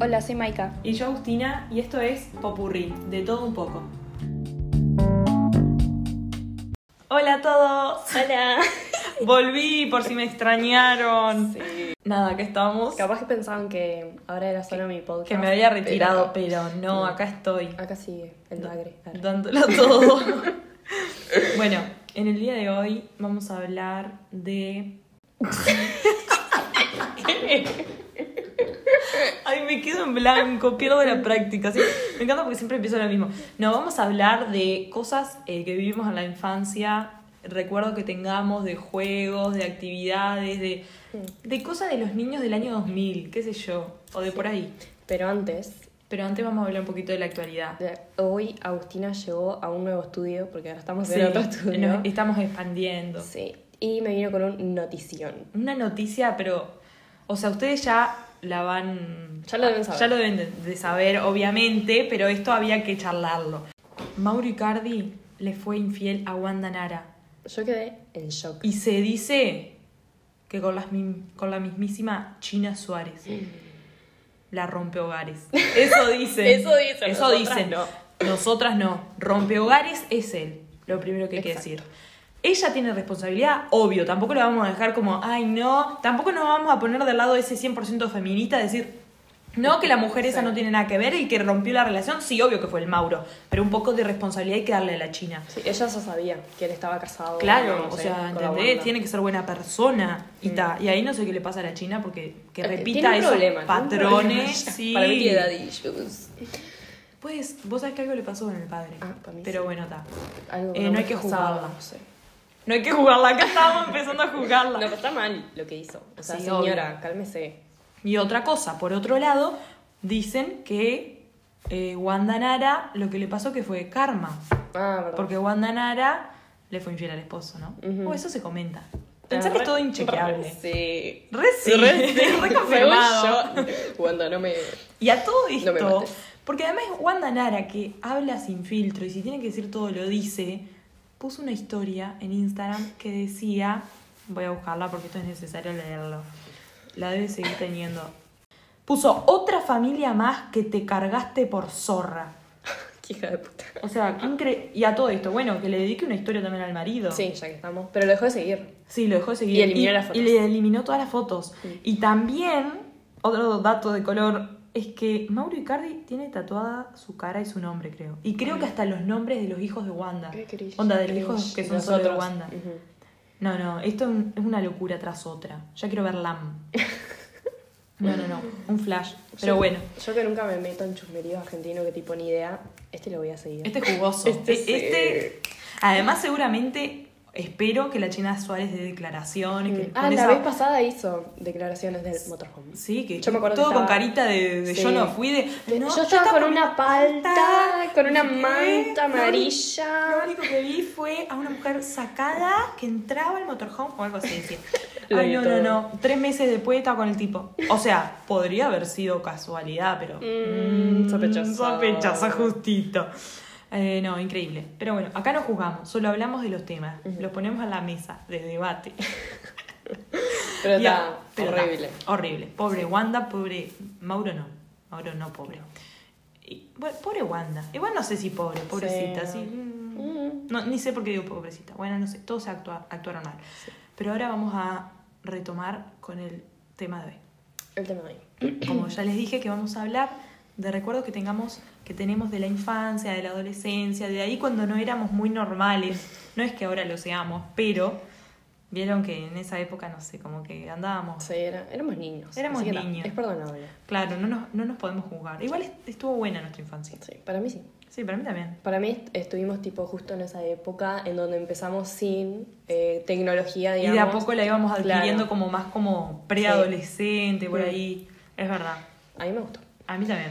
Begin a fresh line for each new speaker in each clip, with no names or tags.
Hola, soy Maika.
Y yo, Agustina, y esto es Popurrí, de todo un poco. Hola a todos.
Hola.
Volví por si me extrañaron. Nada, acá estamos.
Capaz que pensaban que ahora era solo mi podcast.
Que me había retirado,
pero-
pero no, acá estoy.
Acá sigue el bagre. Arre.
Dándolo todo. bueno, en el día de hoy vamos a hablar de. Ay, me quedo en blanco, pierdo la práctica. ¿sí? Me encanta porque siempre empiezo lo mismo. No, vamos a hablar de cosas eh, que vivimos en la infancia, recuerdo que tengamos de juegos, de actividades, de, de cosas de los niños del año 2000, qué sé yo, o de por ahí.
Pero antes,
Pero antes vamos a hablar un poquito de la actualidad.
de- hoy Agustina llegó a un nuevo estudio, porque ahora estamos en
Sí,
otro estudio.
nos estamos expandiendo.
Sí. Y me vino con un notición.
Una noticia, pero. O sea, ustedes ya la van.
Ya lo deben saber.
Ya lo deben de, de saber, obviamente, pero esto había que charlarlo. Mauro Icardi le fue infiel a Wanda Nara.
Yo quedé en shock.
Y se dice que con, las mim- con la mismísima China Suárez
Mm.
la rompe hogares. Eso dicen.
Eso dicen,
Eso
nosotras
dicen.
no.
Nosotras no. Rompe hogares es él. Lo primero que hay que
Exacto.
decir. Ella tiene responsabilidad, obvio. Tampoco la vamos a dejar como, ay, no. Tampoco nos vamos a poner del lado de ese 100% feminista, decir, no, que la mujer esa
Sí.
no tiene nada que ver y que rompió la relación. Sí, obvio que fue el Mauro. Pero un poco de responsabilidad hay que darle a la China.
Sí, ella ya sabía que él estaba casado.
Claro,
no
o
sé,
sea,
con la
¿entendés?
banda.
Tiene que ser buena persona y ta. Y ahí no sé qué le pasa a la China porque que
Mm. Eh,
repita
tiene un
esos
problema, tiene un problema
patrones.
ella.
sí.
Para mí tiene daddy issues.
Pues, vos sabés que algo le pasó con el padre.
Ah, para mí
Pero
sí.
bueno, está.
Algo
Eh, no
me
hay que
pasaba,
juzgarla.
no sé.
No hay que jugarla, acá estábamos empezando a jugarla.
No, pero está mal lo que hizo. O sea,
Sí,
señora, cálmese.
Y otra cosa, por otro lado, dicen que eh, Wanda Nara lo que le pasó que fue karma.
Ah, verdad.
Porque Wanda Nara le fue infiel al esposo, ¿no?
Ujú.
O eso se comenta. Pensá que es todo inchequeable.
Ah, Sí.
Re sí, re confirmado.
Según yo, Cuando no me.
Y a todo
No
esto,
me mates.
porque además Wanda Nara, que habla sin filtro y si tiene que decir todo lo dice, puso una historia en Instagram que decía, voy a buscarla porque esto es necesario leerlo, la debe seguir teniendo. Puso otra familia más que te cargaste por zorra.
Qué hija de puta.
O sea, ¿quién cree? Y a todo esto, bueno, que le dedique una historia también al marido.
Sí, ya que estamos. Pero lo dejó de seguir.
Sí, lo dejó de seguir.
Y eliminó las fotos.
y le eliminó todas las fotos.
Sí.
Y también, otro dato de color, es que Mauro Icardi tiene tatuada su cara y su nombre, creo. Y creo que hasta los nombres de los hijos de Wanda. Ah. Onda, de los hijos que son solo de Wanda. No, no, esto es un- es una locura tras otra. Ya quiero ver Lam. No, no, no, un flash. Pero bueno,
Yo que nunca me meto en chusmeríos argentinos que tipo ni idea, este lo voy a seguir.
este es jugoso.
Este
E-
sí.
este- Además, seguramente, espero que la China Suárez dé declaraciones. que
Mm. Ah,
con
la
esa-
vez pasada hizo declaraciones del motorhome.
Sí, que
Yo me acuerdo que
todo con
estaba-
carita de, de
Sí.
yo no fui de...
De-
"No,
yo estaba con
con
una palta, con una
no sé qué".
manta
Lo único- Lo
amarilla.
único que vi fue a una mujer sacada que entraba al motorhome o algo así. decía.
Lo
Ay,
vi
no,
todo.
no, no. Tres meses después estaba con el tipo. O sea, podría haber sido casualidad, pero...
Mm, sospechoso.
Sospechoso, justito. Eh, no, increíble. Pero bueno, acá no juzgamos, solo hablamos de los temas. Los ponemos a la mesa de debate.
Pero
Ya,
está
pero está
horrible.
horrible. Pobre Wanda, pobre. Mauro no. Mauro no, pobre. Y, bueno, pobre Wanda. Igual no sé si pobre, pobrecita.
Sí.
sí, mm.
Mm.
No, ni sé por qué digo pobrecita. Bueno, no sé. Todos se actua- actuaron mal. Pero ahora vamos a retomar con el tema de
El tema de hoy.
hoy. Como ya les dije, que vamos a hablar de recuerdos que tengamos que tenemos de la infancia, de la adolescencia, de ahí cuando no éramos muy normales. No es que ahora lo seamos, pero vieron que en esa época, no sé, como que andábamos
Sí, era- éramos niños.
Éramos
así que ta,
niños.
Es perdonable.
Claro, no nos, no nos podemos juzgar. Igual est- estuvo buena nuestra infancia.
Sí, para mí sí.
Sí, para mí también.
Para mí est- estuvimos tipo justo en esa época en donde empezamos sin eh, tecnología, digamos.
y de a poco la íbamos adquiriendo
Claro.
como más como preadolescente, por ahí. Es verdad.
A mí me gustó.
A mí también.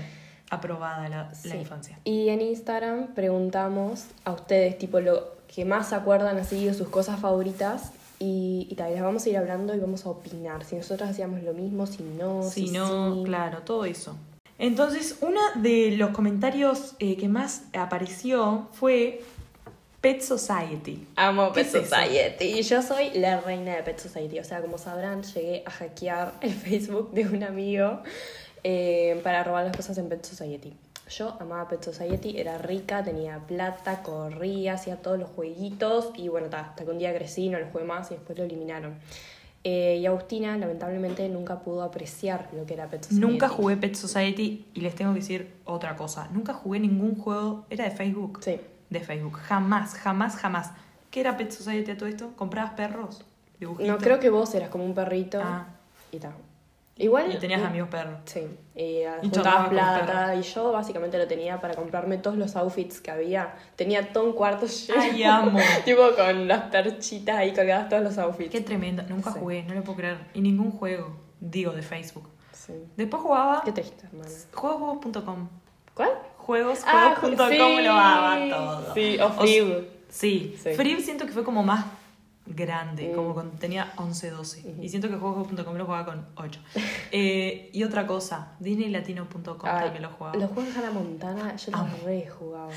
Aprobada la, la
Sí.
infancia.
Y en Instagram preguntamos a ustedes tipo lo que más se acuerdan así de sus cosas favoritas. Y, y tal, las vamos a ir hablando y vamos a opinar. Si nosotros hacíamos lo mismo, si no.
si no,
Oh, sí.
claro, todo eso. Entonces, uno de los comentarios eh, que más apareció fue Pet Society.
Amo
¿Qué
Pet
es eso?
Society. Y yo soy la reina de Pet Society. O sea, como sabrán, llegué a hackear el Facebook de un amigo. eh, para robar las cosas en Pet Society. Yo amaba Pet Society, era rica, tenía plata, corría, hacía todos los jueguitos y bueno, hasta que un día crecí, no lo jugué más y después lo eliminaron. Eh, y Agustina, lamentablemente, nunca pudo apreciar lo que era Pet Society.
Nunca jugué Pet Society y les tengo que decir otra cosa. Nunca jugué ningún juego, era de Facebook.
Sí.
De Facebook. Jamás, jamás, jamás. ¿Qué era Pet Society a todo esto? ¿Comprabas perros?
No, creo que vos eras como un perrito.
Ah.
Y tal. Igual.
Y tenías amigos perros.
Sí. Y, ah,
Y
juntaba
charlaba con
plata.
perros.
Y yo básicamente lo tenía para comprarme todos los outfits que había. Tenía todo un cuarto lleno.
Ay, amo.
tipo con las perchitas ahí colgadas todos los outfits.
Qué tremendo. Nunca
Sí.
jugué, no lo puedo creer. Y ningún juego, digo, de Facebook.
Sí.
Después jugaba
Qué triste, hermana.
juegosjuegos.com.
¿Cuál?
Juegosjuegos punto com
Ah, sí.
lo daba todo.
Sí, o
s-
Frib.
Sí,
Sí.
Frib siento que fue como más grande,
Mm.
como cuando tenía 11, 12. Y siento que juegosjuegos.com lo jugaba con 8. Eh, y otra cosa, disneylatino.com
Ay,
también lo jugaba.
Los juegos de Hannah Montana yo
Amo.
los re jugaba.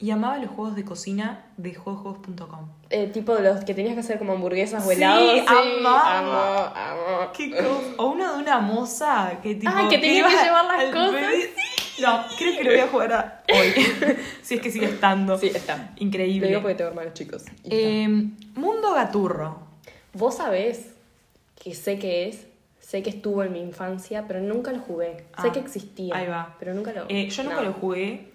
Y amaba los juegos de cocina de juegosjuegos.com.
Eh, tipo los que tenías que hacer como hamburguesas o
Sí,
helados.
amaba.
Amo, amo.
¿Qué cosa? O uno de una moza que tipo.
Ay, que tenía que
iba
llevar las
al
cosas.
pedi- No, creo que lo voy a jugar a- hoy. si es que sigue estando.
Sí, está. Lo
Increíble.
digo porque tengo hermanos chicos. Y está.
Eh, Mundo Gaturro.
Vos sabés que sé que es, sé que estuvo en mi infancia, pero nunca lo jugué. sé
Ah,
que existía.
ahí va.
Pero nunca lo
Eh, yo nunca
no.
lo jugué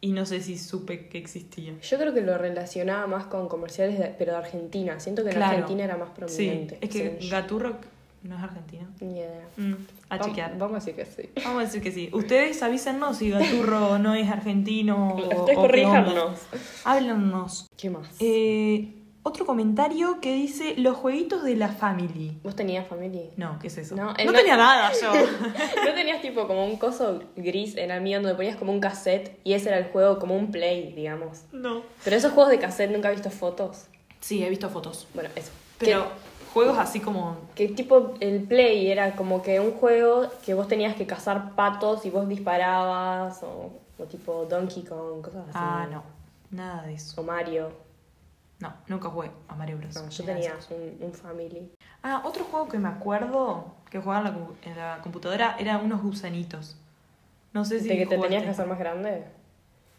y no sé si supe que existía.
Yo creo que lo relacionaba más con comerciales, de- pero de Argentina. Siento que en
Claro.
Argentina era más
Sí,
prominente.
es que
según yo.
Gaturro no es argentino.
Ni idea.
Mm, a
Vam-
chequear.
Vamos a decir que sí.
Vamos a decir que sí. Ustedes avísennos si Gaturro no es argentino. o-
Ustedes
o qué
corríjanos.
onda. Háblennos.
¿Qué más?
Eh, otro comentario que dice los jueguitos de la family.
¿Vos tenías familia?
No, ¿qué es eso?
No,
No,
eh, no-
tenía nada yo.
¿No tenías tipo como un coso gris en el mío donde ponías como un cassette y ese era el juego, como un play, digamos?
no.
Pero esos juegos de cassette nunca he visto fotos.
Sí, he visto fotos.
Bueno, eso.
Pero juegos así como.
Que, que tipo el play era como que un juego que vos tenías que cazar patos y vos disparabas o, o tipo Donkey Kong, cosas así.
Ah, no. Nada de eso.
O Mario.
No, nunca jugué a Mario Bros.
No, yo
Nada de
tenía
eso.
un, un family.
Ah, otro juego que me acuerdo que jugaba en la, compu- en la computadora era unos gusanitos. No sé si.
¿De que te
jugaste.
tenías que hacer más grande?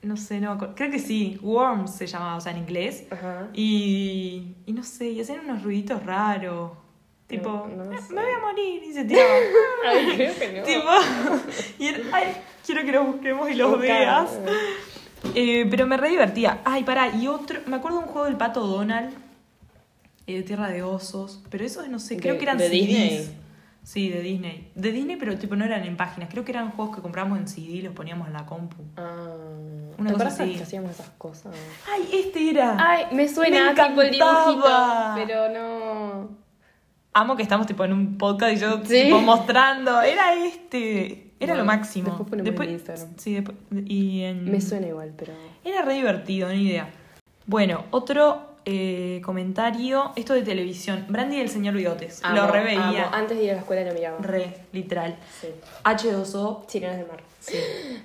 No sé, no me acuerdo. Creo que sí. Worms se llamaba, o sea, en inglés.
Ajá.
Y, y no sé, y hacían unos ruiditos raros. Tipo,
no
"Ah,
sé.
me voy a morir. Y se tiraba.
Ay, creo que no.
tipo, y era, ay, quiero que los busquemos y los
Buscar,
veas.
eh.
Eh, pero me re divertía. Ay, pará, y otro. Me acuerdo de un juego del pato Donald. eh, de Tierra de Osos. Pero esos no sé, creo
De-
que eran
de
CDs.
Disney.
Sí, de Disney. De Disney, pero tipo no eran en páginas. Creo que eran juegos que compramos en CD y los poníamos en la compu.
Ah.
Una
¿Te
cosa
acuerdas
así.
que hacíamos esas cosas?
¡Ay, este era!
Ay, me suena
Me
tipo el dibujito,
encantaba.
pero no.
Amo que estamos tipo en un podcast y yo
Sí.
tipo mostrando. Era este. Era
Bueno,
lo máximo.
después ponemos en Instagram.
Sí, después. Y en.
Me suena igual, pero.
Era re divertido, ni idea. Bueno, otro eh, comentario. Esto de televisión. Brandy y el señor Bigotes. lo
Amo,
reveía.
amo. Antes de ir a la escuela lo miraba.
Re, literal.
Sí.
H2O.
Sirenas del mar.
Sí.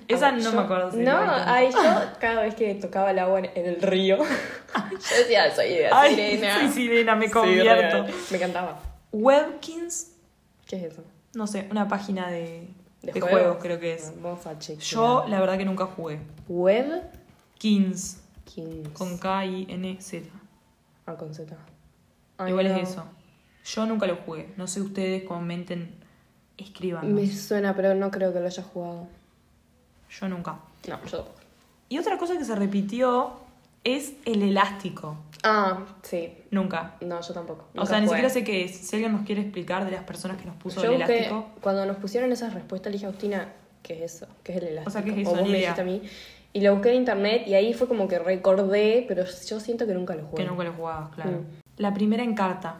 Esa
Amo.
no
Ah, Yo-
me acuerdo. si
no,
la conté.
ay, yo cada vez que tocaba el agua en en el río, yo decía, soy de la
Ay,
sirena.
soy sirena, me
Sí,
convierto.
real. me encantaba.
Webkins,
¿Qué es eso?
no sé, una página de, de juegos creo que es.
Ah, Vamos a chequear.
Yo la verdad que nunca jugué.
Web
Kings,
15.
con K I N Z.
Ah, con Z.
Igual
Ay, no.
es eso. Yo nunca lo jugué. No sé ustedes comenten, escriban.
Me suena, pero no creo que lo haya jugado.
Yo nunca.
No, yo tampoco.
Y otra cosa que se repitió es el elástico.
Ah, sí.
Nunca.
No, yo tampoco.
o sea, ni siquiera sé qué es. Si alguien nos quiere explicar de las personas que nos puso
Yo
el
busqué-
elástico.
cuando nos pusieron esas respuestas, le dije a Agustina, ¿qué es eso? ¿Qué es el elástico?
O sea, ¿qué es eso?
vos
Ni
me
idea.
dijiste a mí. Y lo busqué en internet y ahí fue como que recordé, pero yo siento que nunca lo jugué.
Que nunca lo jugabas, claro.
Mm.
La primera encarta.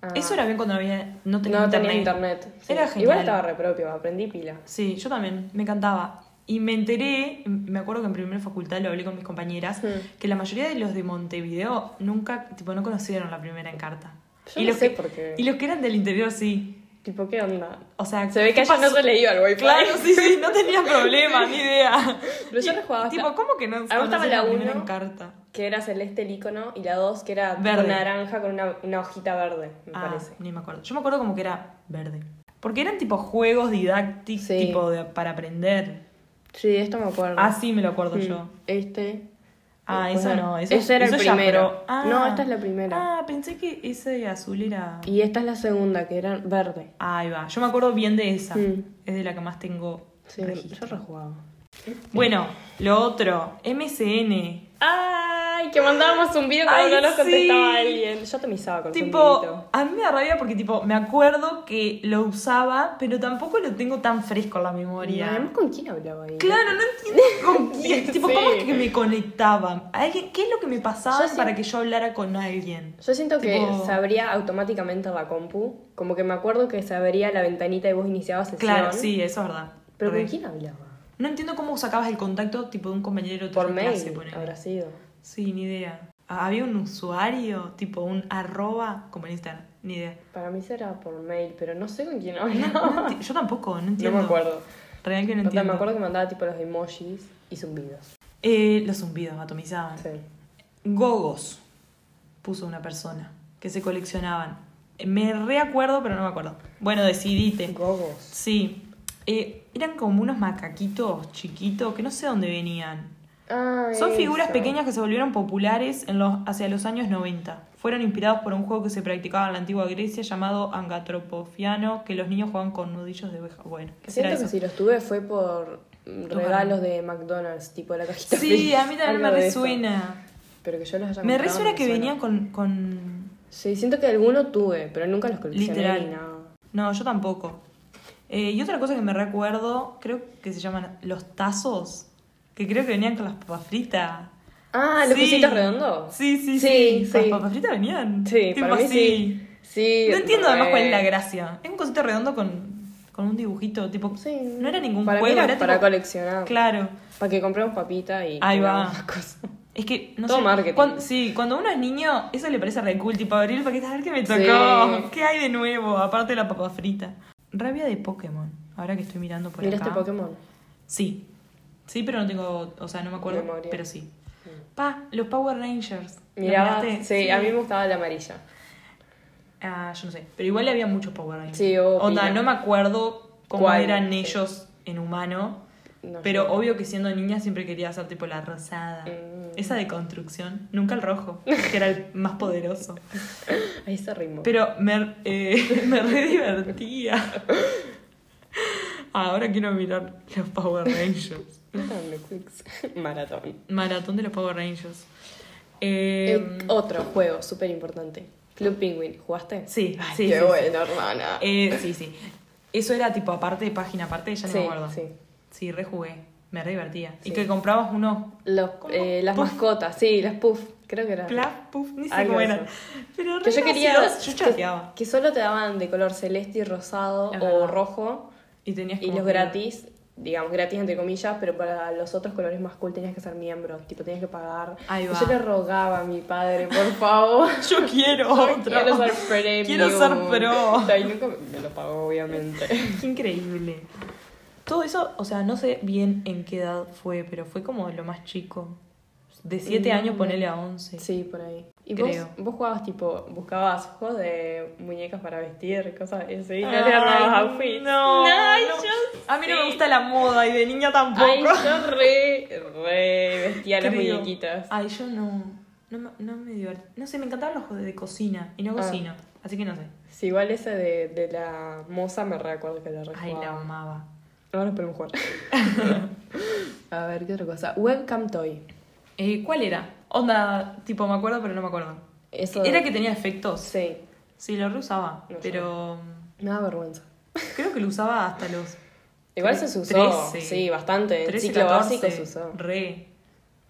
Ah.
Eso era bien cuando había, no tenía
No
internet.
tenía internet. sí.
Era genial.
Igual estaba re propio, aprendí pila.
Sí, yo también, me encantaba. Y me enteré, me acuerdo que en primera facultad lo hablé con mis compañeras,
Mm.
que la mayoría de los de Montevideo nunca, tipo, no conocieron la primera encarta.
Yo no sé
que,
por qué.
Y los que eran del interior sí.
Tipo, ¿qué onda?
O sea,
Se ve que
¿qué
a ella no
pasó?
se le iba el wifi.
Claro, sí, sí, no tenía problema, ni idea.
Pero yo
Y-
no jugaba,
Tipo,
claro.
¿cómo que no
A mí me gustaba
conocían
la
primera
uno.
encarta?
Que era celeste el icono y la dos que era tipo
Verde.
naranja con una, una hojita verde, me
Ah,
parece.
ni me acuerdo. Yo me acuerdo como que era verde. Porque eran tipo juegos didácticos,
Sí.
tipo de, para aprender.
Sí, de esto me acuerdo.
Ah, sí, me lo
Mm.
acuerdo yo.
Este.
Ah,
Después
eso
era-
no. Eso,
ese era el
eso ya,
primero.
pero- ah.
No, esta es la primera.
Ah, pensé que ese azul era.
Y esta es la segunda, que era verde.
Ahí va. Yo me acuerdo bien de esa.
Mm.
Es de la que más tengo.
Sí,
registro.
yo rejugaba.
Bueno, lo otro. MSN.
¡Ay! Que mandábamos un video
Ay,
cuando no nos
sí.
contestaba alguien. Yo atomizaba con un
Tipo,
videito.
a mí me da rabia porque, tipo, me acuerdo que lo usaba, pero tampoco lo tengo tan fresco en la memoria.
Además, ¿con quién hablaba ahí?
Claro, no entiendo con quién. Tipo,
Sí.
¿cómo es que me conectaban? ¿Alguien, ¿Qué es lo que me pasaba
Yo sí-
para que yo hablara con alguien?
Yo siento que
Tipo-
se abría automáticamente la compu. Como que me acuerdo que se abría la ventanita y vos iniciabas sesión.
Claro, sí, eso es verdad.
Pero
Re.
¿con quién hablaba?
No entiendo cómo sacabas el contacto tipo de un compañero tuyo
Por
de
mail
clase, ponele.
habrá sido.
Sí, ni idea. Ah, Había un usuario, tipo un arroba, como en Instagram, ni idea.
Para mí será por mail, pero no sé con quién
No,
hablaba.
no enti- yo tampoco, no
No
entiendo.
me acuerdo.
Real que no
O sea,
entiendo.
me acuerdo que mandaba tipo los emojis y zumbidos.
Eh, los zumbidos atomizaban.
Sí.
Gogos, puso una persona, que se coleccionaban. Eh, Me reacuerdo, pero no me acuerdo. Bueno, decidite.
Gogos.
Sí. Eh, eran como unos macaquitos chiquitos que no sé dónde venían.
Ah,
Son figuras
eso.
pequeñas que se volvieron populares en los, hacia los años 90. Fueron inspirados por un juego que se practicaba en la antigua Grecia llamado Angatropofiano, que los niños jugaban con nudillos de oveja. Bueno, ¿qué será
Siento
eso?
que si los tuve fue por mm, regalos de McDonald's, tipo la cajita
Sí,
feliz,
a mí también
algo
me
de eso.
resuena.
Pero que yo los haya
Me
comprado,
resuena
no
que
suena.
venían con, con...
Sí, siento que alguno tuve, pero nunca los coleccioné
Literal.
ni nada.
No, yo tampoco. Eh, y otra cosa que me recuerdo, creo que se llaman los tazos, que creo que venían con las papas fritas.
Ah, ¿los
Sí.
cositos redondos?
Sí, sí, sí.
Sí,
Las
sí.
papas fritas venían.
Sí,
Tipo
para mí
así.
sí. Sí,
No entiendo además
re.
cuál es la gracia. Es un cosito redondo con, con un dibujito, tipo.
Sí.
No era ningún
para mí
juego,
era
era
para
tipo-
coleccionar.
Claro.
Para que compremos papita y
Ahí va.
compramos cosas.
Es que no
Todo
sé.
marketing.
cuan- sí, cuando uno es niño, eso le parece re cool, tipo abrir el paquete a ver qué me tocó.
Sí.
¿Qué hay de nuevo? Aparte de la papa frita. Rabia de Pokémon. Ahora que estoy mirando por
Mira
acá.
este Pokémon.
Sí. Sí, pero no tengo. O sea, no me acuerdo.
Memoria.
Pero sí. Pa, los Power Rangers. ¿Lo
Miraba,
miraste?
sí, a mí me gustaba la amarilla.
Ah, yo no sé. Pero igual había muchos Power Rangers.
Sí, obvio.
Onda, no me acuerdo cómo
¿Cuál?
eran
Sí.
ellos en humano.
No,
Pero
yo-
obvio que siendo niña siempre quería hacer tipo la rosada.
Mm.
Esa de construcción. Nunca el rojo, que era el más poderoso.
Ahí se rimó.
Pero me, eh, me re divertía. Ahora quiero mirar los Power Rangers.
Están los Quicks. Maratón.
Maratón de los Power Rangers. Eh,
Eh, otro juego súper importante. Club Penguin. ¿Jugaste?
sí,
Ay,
sí,
qué
sí, sí.
bueno, hermana.
Eh, sí, sí. Eso era tipo aparte de página aparte, ya no
Sí,
me acuerdo.
sí.
Sí, rejugué. Me re divertía. Y
Sí.
que comprabas unos
Los, eh, las mascotas, sí, las puff. Creo que era.
plaf, puff, ni sé
Algo
cómo
de
eran.
eso.
Pero re
Que yo quería.
graciosos. Yo
que-
chateaba.
Que, solo te daban de color celeste y rosado
Es
o
verdad.
rojo.
Y tenías
Y
como
los
que-
gratis, digamos gratis entre comillas, pero para los otros colores más cool tenías que ser miembro. Tipo, tenías que pagar.
Ahí
Y
va.
Yo le rogaba a mi padre, por favor.
Yo quiero
Yo
otro.
Quiero ser premium.
Quiero ser pro.
O sea, Y nunca me- me lo pagó, obviamente.
Qué increíble. Todo eso, o sea, no sé bien en qué edad fue, pero fue como lo más chico. De 7
Mm.
años, ponele a 11.
Sí, por ahí. ¿Y
Creo.
vos, vos jugabas tipo, buscabas juegos de muñecas para vestir, cosas así? ¿No
Ay,
te armabas outfits?
No,
Ay,
no.
yo
A mí no
sí.
me gusta la moda y de niña tampoco.
Ay, yo re, re vestía a las
Creo.
muñequitas.
Ay, yo no. No, me- no me divertí. No sé, me encantaban los juegos de cocina y no
Ah.
cocino. Así que no sé.
Sí, igual ese de, de la moza me recuerdo que la
Ay, la
rejugaba.
amaba.
Ahora podemos jugar. a ver, ¿qué otra cosa? Webcam Toy.
Eh, ¿Cuál era? Onda, tipo, me acuerdo, pero no me acuerdo.
Eso
Era que tenía efectos.
Sí,
Sí, lo reusaba.
No, yo
pero mm,
me da vergüenza.
creo que lo usaba hasta los
Igual
Tre-
se usó,
trece.
sí, bastante. En
13,
ciclo
14.
básico se usó.
Re.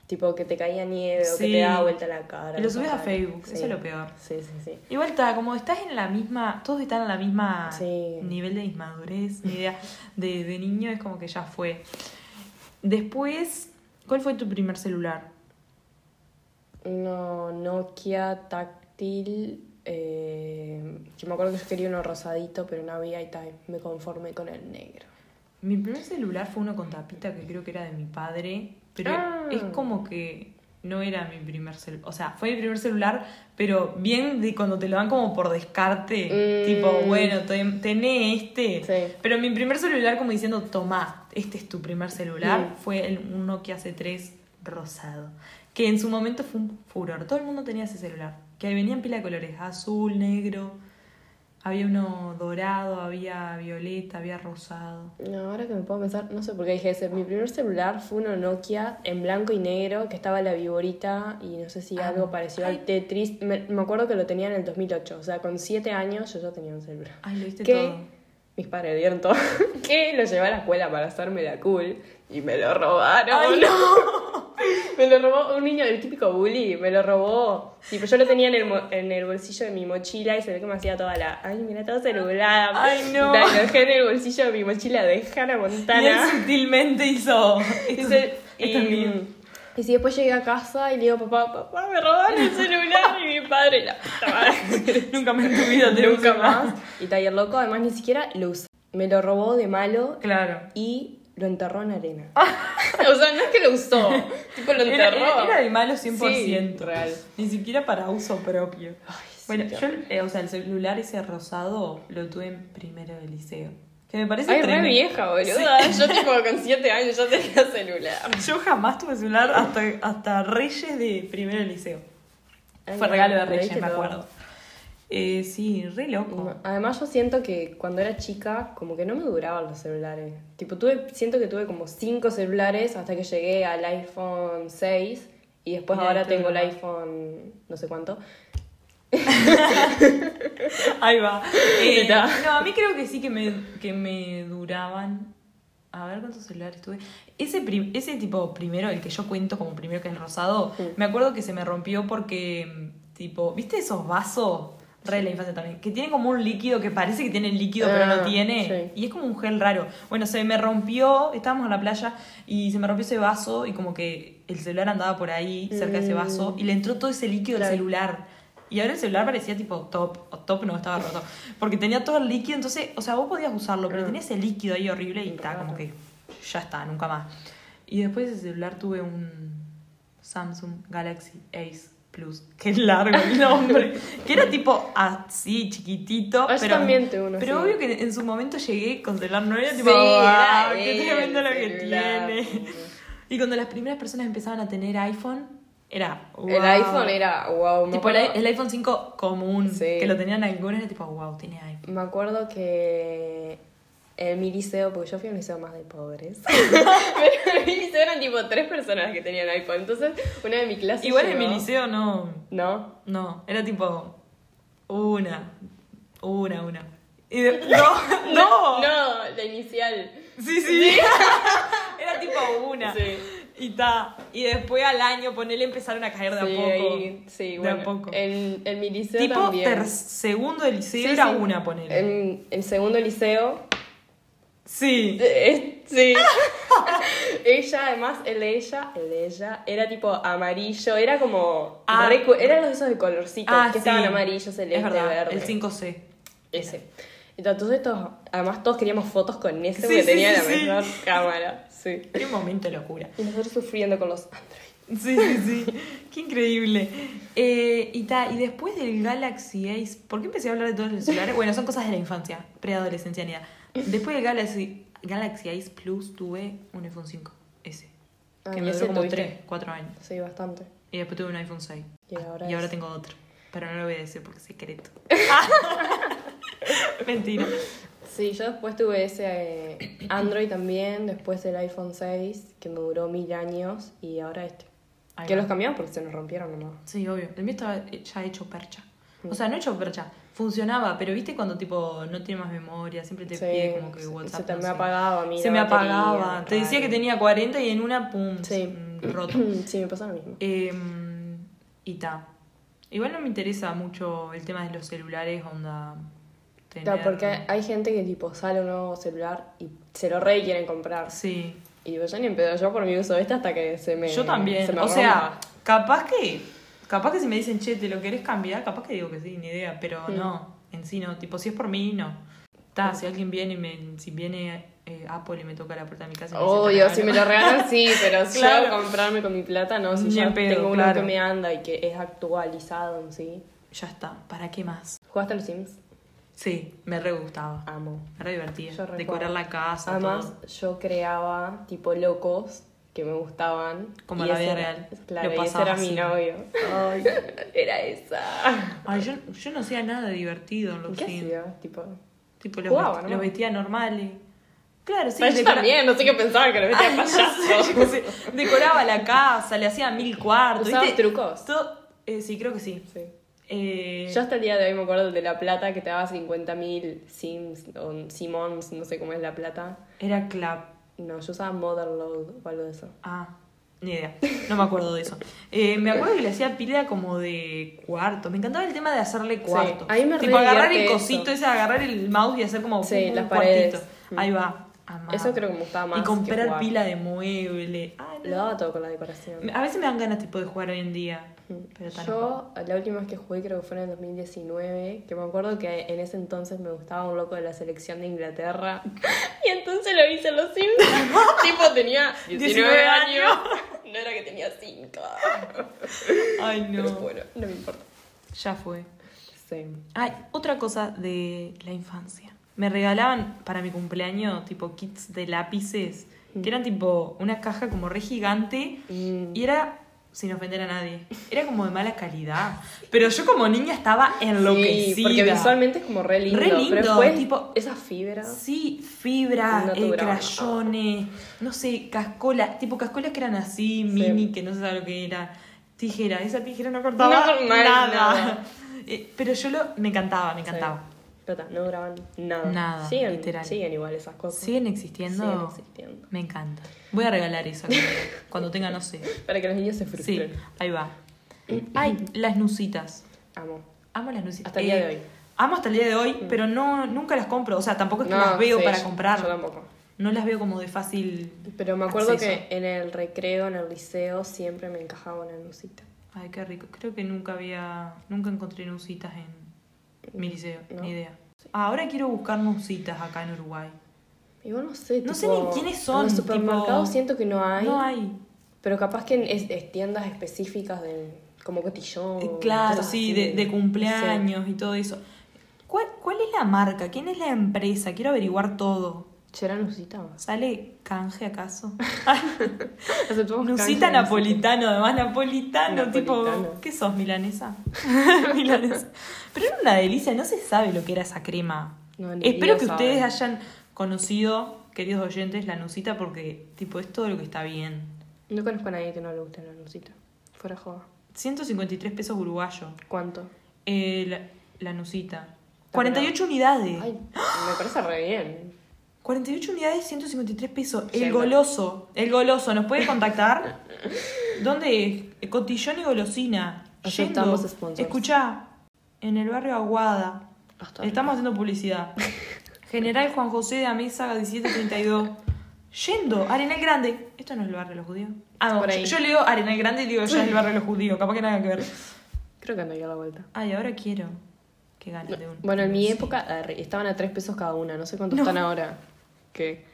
Tipo que te caía nieve o
Sí.
que te daba vuelta la cara.
Y lo
cosas
subías a
raras.
Facebook,
Sí.
eso es lo peor.
Sí, sí, sí.
Igual está, como estás en la misma, todos están en la misma
Sí.
nivel de inmadurez, ni idea. De, de niño es como que ya fue. Después, ¿cuál fue tu primer celular?
No, Nokia táctil. eh, yo me acuerdo que yo quería uno rosadito, pero no había y tal. Me conformé con el negro.
Mi primer celular fue uno con tapita que creo que era de mi padre, pero
Ah.
es como que no era mi primer celular. O sea, fue mi primer celular, pero bien de cuando te lo dan como por descarte. Mm. Tipo, bueno, ten, tené este. Sí. Pero mi primer celular, como diciendo, tomá, este es tu primer celular, mm. fue el, un Nokia C3 rosado. Que en su momento fue un furor. Todo el mundo tenía ese celular. Que ahí venían pila de colores: azul, negro. Había uno dorado, había violeta, había rosado.
No, ahora que me puedo pensar, no sé por qué dije ese. Mi primer celular fue uno Nokia en blanco y negro que estaba la viborita y no sé si ah, algo parecido ay. al Tetris. Me, me, acuerdo que lo tenía en el 2008, o sea, con 7 años yo ya tenía un celular.
Ay, lo viste que todo.
Mis padres dieron todo. que lo llevé a la escuela para hacerme la cool y me lo robaron. Ay, no. me lo robó un niño, el típico bully, me lo robó. Tipo, yo lo tenía en el, en el bolsillo de mi mochila y se ve que me hacía toda la. Ay, mira, todo celular.
Ay, no.
La dejé en el bolsillo de mi mochila de Hannah Montana.
Y sutilmente hizo.
Esto, y, y, y, si después llegué a casa y le digo, papá, papá, me robaron el celular y mi padre, la puta madre.
Nunca me en tu vida te
Nunca más. Y Taller Loco, además, ni siquiera lo usó. Me lo robó de malo.
Claro.
Y lo enterró en arena. o sea, no es que lo usó, tipo lo
era,
enterró.
Era, era, de malo 100%.
Sí, real.
Ni siquiera para uso propio. Ay, sí, bueno, yo, eh, o sea, el celular ese rosado lo tuve en primero del liceo. Que me parece
Ay, re vieja, boluda. Sí. Yo tipo con 7 años ya tenía celular.
Yo jamás tuve celular hasta, hasta Reyes de primero del liceo. Ay, Fue regalo de Reyes, me acuerdo. Todo. Eh, sí, re loco.
Además yo siento que cuando era chica como que no me duraban los celulares. Tipo, tuve, siento que tuve como cinco celulares hasta que llegué al iPhone 6 y después Mira, ahora tengo no. el iPhone no sé cuánto.
Ahí va. Eh, no, a mí creo que sí que me, que me duraban. A ver cuántos celulares tuve. Ese, ese tipo primero, el que yo cuento como primero que es el rosado, sí. me acuerdo que se me rompió porque, tipo, ¿viste esos vasos? Re de la infancia también. Que tiene como un líquido que parece que tiene líquido, ah, pero no tiene. Sí. Y es como un gel raro. Bueno, se me rompió, estábamos en la playa y se me rompió ese vaso y como que el celular andaba por ahí, cerca mm. de ese vaso, y le entró todo ese líquido claro. al celular. Y ahora el celular parecía tipo top, o top no, estaba roto. Porque tenía todo el líquido, entonces, o sea, vos podías usarlo, pero mm. tenía ese líquido ahí horrible y está como que ya está, nunca más. Y después ese celular tuve un Samsung Galaxy Ace Plus. Qué largo el nombre. que era tipo así, chiquitito.
Ay, pero, también te uno,
Pero sí. obvio que en su momento llegué con celular no era tipo, sí, ¡Ah, qué tremendo lo que tiene! Sí. Y cuando las primeras personas empezaban a tener iPhone, era wow.
El iPhone era wow.
Tipo el, el, iPhone 5 común, que lo tenían algunos, era tipo, wow, tiene iPhone.
Me acuerdo que en mi liceo, porque yo fui a un liceo más de pobres. pero en mi liceo eran tipo tres personas que tenían iPhone. Entonces, una de mi clase.
Igual llegó... en mi liceo no.
¿No?
No. Era tipo. Una. Una, una. Y de... no,
no.
no,
No, la inicial.
Sí, sí. ¿Sí? era tipo una. Sí. Y ta. Y después al año, ponele, empezaron a caer
sí,
de a poco.
Y, sí, de bueno, a poco. En, en, mi liceo.
Tipo
también.
Ter segundo de liceo era una, ponele.
En, en segundo liceo
Sí.
Eh, sí. ella, además, el de ella, el de ella, era tipo amarillo, era como. Ah, eran los esos de colorcitos ah, que sí. estaban amarillos, celeste, es verdad, verde.
El 5C.
Ese. Entonces, todos, además, todos queríamos fotos con ese porque sí, tenía sí, la mejor cámara. Sí.
Qué momento de locura.
Y nosotros sufriendo con los Android.
Sí, sí, sí. Qué increíble. Eh, y, ta, y después del Galaxy Ace, ¿por qué empecé a hablar de todos los celulares? Bueno, son cosas de la infancia, preadolescencia, ni edad. Después del Galaxy, Galaxy Ace Plus tuve un iPhone 5S. Ah, que me duró como tuviste. 3, 4 años.
Sí, bastante.
Y después tuve un iPhone 6.
Y ahora,
y ahora tengo otro. Pero no lo voy a decir porque es secreto. Mentira.
Sí, yo después tuve ese eh, Android también, después el iPhone 6, que me duró mil años, y ahora este. Ahí que va. los cambiamos porque se nos rompieron nomás.
Sí, obvio. El mío estaba ya hecho percha. O sea, no hecho percha. Funcionaba, pero viste cuando tipo no tiene más memoria, siempre te
sí,
pide como que WhatsApp.
Se te no me apagaba, mira.
Se me apagaba. Batería, te decía que tenía 40 y en una, pum, mm,
sí.
roto.
sí, me pasó lo mismo.
Eh, y ta. Igual no me interesa mucho el tema de los celulares, onda.
Tener... No, porque hay gente que tipo sale un nuevo celular y se lo re quieren comprar.
Sí.
Y digo, yo ni pedo, yo por mi uso esta hasta que se me.
Yo también.
Se me
o sea, capaz que. Capaz que si me dicen, che, ¿te lo querés cambiar? Capaz que digo que sí, ni idea, pero mm. no. En sí no. Tipo, si es por mí, no. Está, si alguien viene y me, si viene eh, Apple y me toca la puerta de mi casa. Y me
Obvio,
dice,
si
"Te
me
regalo".
lo regalan, sí, pero si yo
Claro.
comprarme con mi plata, no. Si
Ni
ya
en pedo,
tengo uno
claro.
que me anda y que es actualizado en sí.
Ya está, ¿para qué más?
¿Jugaste a los Sims?
Sí, me re gustaba.
Amo.
Me re divertía.
Yo re
Decorar
jugaba.
la casa,
Además,
todo.
yo creaba tipo locos que me gustaban.
Como
y
la
ese
vida
era-
real.
Claro, y
Lo
ese
pasaba
era mi
así.
novio. Era esa.
Ay, yo, yo no hacía nada divertido en los
¿Qué
Sims.
hacía? Tipo...
Tipo, los,
Jugaba,
vesti-
¿no?
los vestía normales. Claro, sí.
Pero yo
decora-
también, no sé qué pensaba, que lo metía
Ay,
de
no sé,
payaso.
yo qué sé. Decoraba la casa, le hacía mil cuartos.
¿Usabas
¿viste?
trucos?
Todo- eh, sí, creo que sí.
Sí.
Eh,
Yo hasta el día de hoy me acuerdo de la plata que te daba 50.000 Sims o Simons, no sé cómo es la plata.
Era clap.
No, yo usaba Motherload o algo de eso.
Ah, ni idea. No me acuerdo de eso. Eh, me acuerdo que le hacía pila como de cuartos. Me encantaba el tema de hacerle cuartos.
a mí me
Tipo
re
agarrar el
divierte
cosito ese, agarrar el mouse y hacer como
Sí,
pum, pum,
las
cuartito.
paredes. Mm.
Ahí va. Amaba.
Eso creo que me gustaba más.
Y
que
comprar
jugar.
pila de mueble. Ay, no.
Lo daba todo con la decoración.
A veces me dan ganas tipo de jugar hoy en día. Mm, Pero tan
Mm. Yo, la última vez que jugué creo que fue en el 2019, que me acuerdo que en ese entonces me gustaba un loco de la selección de Inglaterra. Y entonces lo hice en los Sims. tipo, tenía 19,
19
años.
años.
No era que tenía 5.
Ay,
Pero
no.
bueno, no me importa.
Ya fue.
Sí.
Ay, otra cosa de la infancia. Me regalaban para mi cumpleaños tipo kits de lápices, que eran tipo una caja como re gigante
Mm.
y era sin ofender a nadie. Era como de mala calidad, pero yo como niña estaba enloquecida.
Sí, porque visualmente es como re lindo.
Re lindo,
pero después,
tipo-
esa fibra.
Sí, fibra,
No
eh,
duraban.
crayones, no sé, cascolas, tipo cascolas que eran así, mini, que no se sabe lo que era, tijera, esa tijera no cortaba
No, mal,
nada.
nada.
Eh, pero yo lo, me encantaba, me encantaba.
Pero ta, no duraban nada.
Nada,
siguen,
literal.
Siguen igual esas cosas.
¿Siguen existiendo?
Siguen existiendo.
Me encanta. Voy a regalar eso cuando, cuando tenga, no sé.
Para que los niños se
Sí,
frustren.
ahí va. Ay, las nusitas.
Amo.
Amo las nusitas.
Hasta el día de hoy. Mm.
Amo hasta el día de hoy, pero no, nunca las compro. O sea, tampoco es que las veo
sí,
para
yo- Yo
comprar. Ah,
tampoco.
No las veo como de fácil.
Pero me acuerdo
acceso.
que en el recreo, en el liceo, siempre me encajaba una nusita.
Ay, qué rico. Creo que nunca había. Nunca encontré nusitas en mi liceo.
No.
Ni idea. Ahora quiero buscar nusitas acá en Uruguay.
Igual no sé.
No
tipo,
sé ni quiénes son,
En los supermercados
tipo-
siento que no hay.
No hay.
Pero capaz que en es, es tiendas específicas de, como cotillón.
Eh, Claro,
cosas
sí,
así.
de, de cumpleaños y todo eso. ¿Cuál, ¿Cuál es la marca? ¿Quién es la empresa? Quiero averiguar todo.
Sí. ¿Será nusita?
¿Sale canje acaso?
Aceptamos
Nusita
canje,
napolitano, además napolitano,
Napolitano.
tipo, ¿qué sos, milanesa? milanesa. Pero era una delicia, no se sabe lo que era esa crema.
No, ni
Espero
Dios
que
sabe.
ustedes hayan conocido, queridos oyentes, la nusita porque, tipo, es todo lo que está bien.
No conozco a nadie que no le guste la nusita. Fuera joda.
153 pesos uruguayo.
¿Cuánto?
Eh, la, la nusita.
Está
48 unidades.
Ay, me parece re bien.
48 unidades, 153 pesos.
Yendo.
El goloso, el goloso, ¿nos puede contactar? ¿Dónde es? Cotillón y golosina.
Aceptamos
Yendo.
sponsors.
Escuchá, en el barrio Aguada.
Hasta
Estamos haciendo publicidad. General Juan José de Amesa 1732. Yendo, Arenal Grande. Esto no es el barrio de los judíos. Ah, no,
Por
yo,
ahí.
yo leo Arenal Grande y digo, ya es el barrio de los judíos, capaz que nada que ver.
Creo que ando ya a la vuelta.
Ay, ahora quiero que gane de un.
Bueno, en mi
Sí.
época arre, estaban a 3 pesos cada una. No sé cuánto
No.
están ahora. ¿Qué?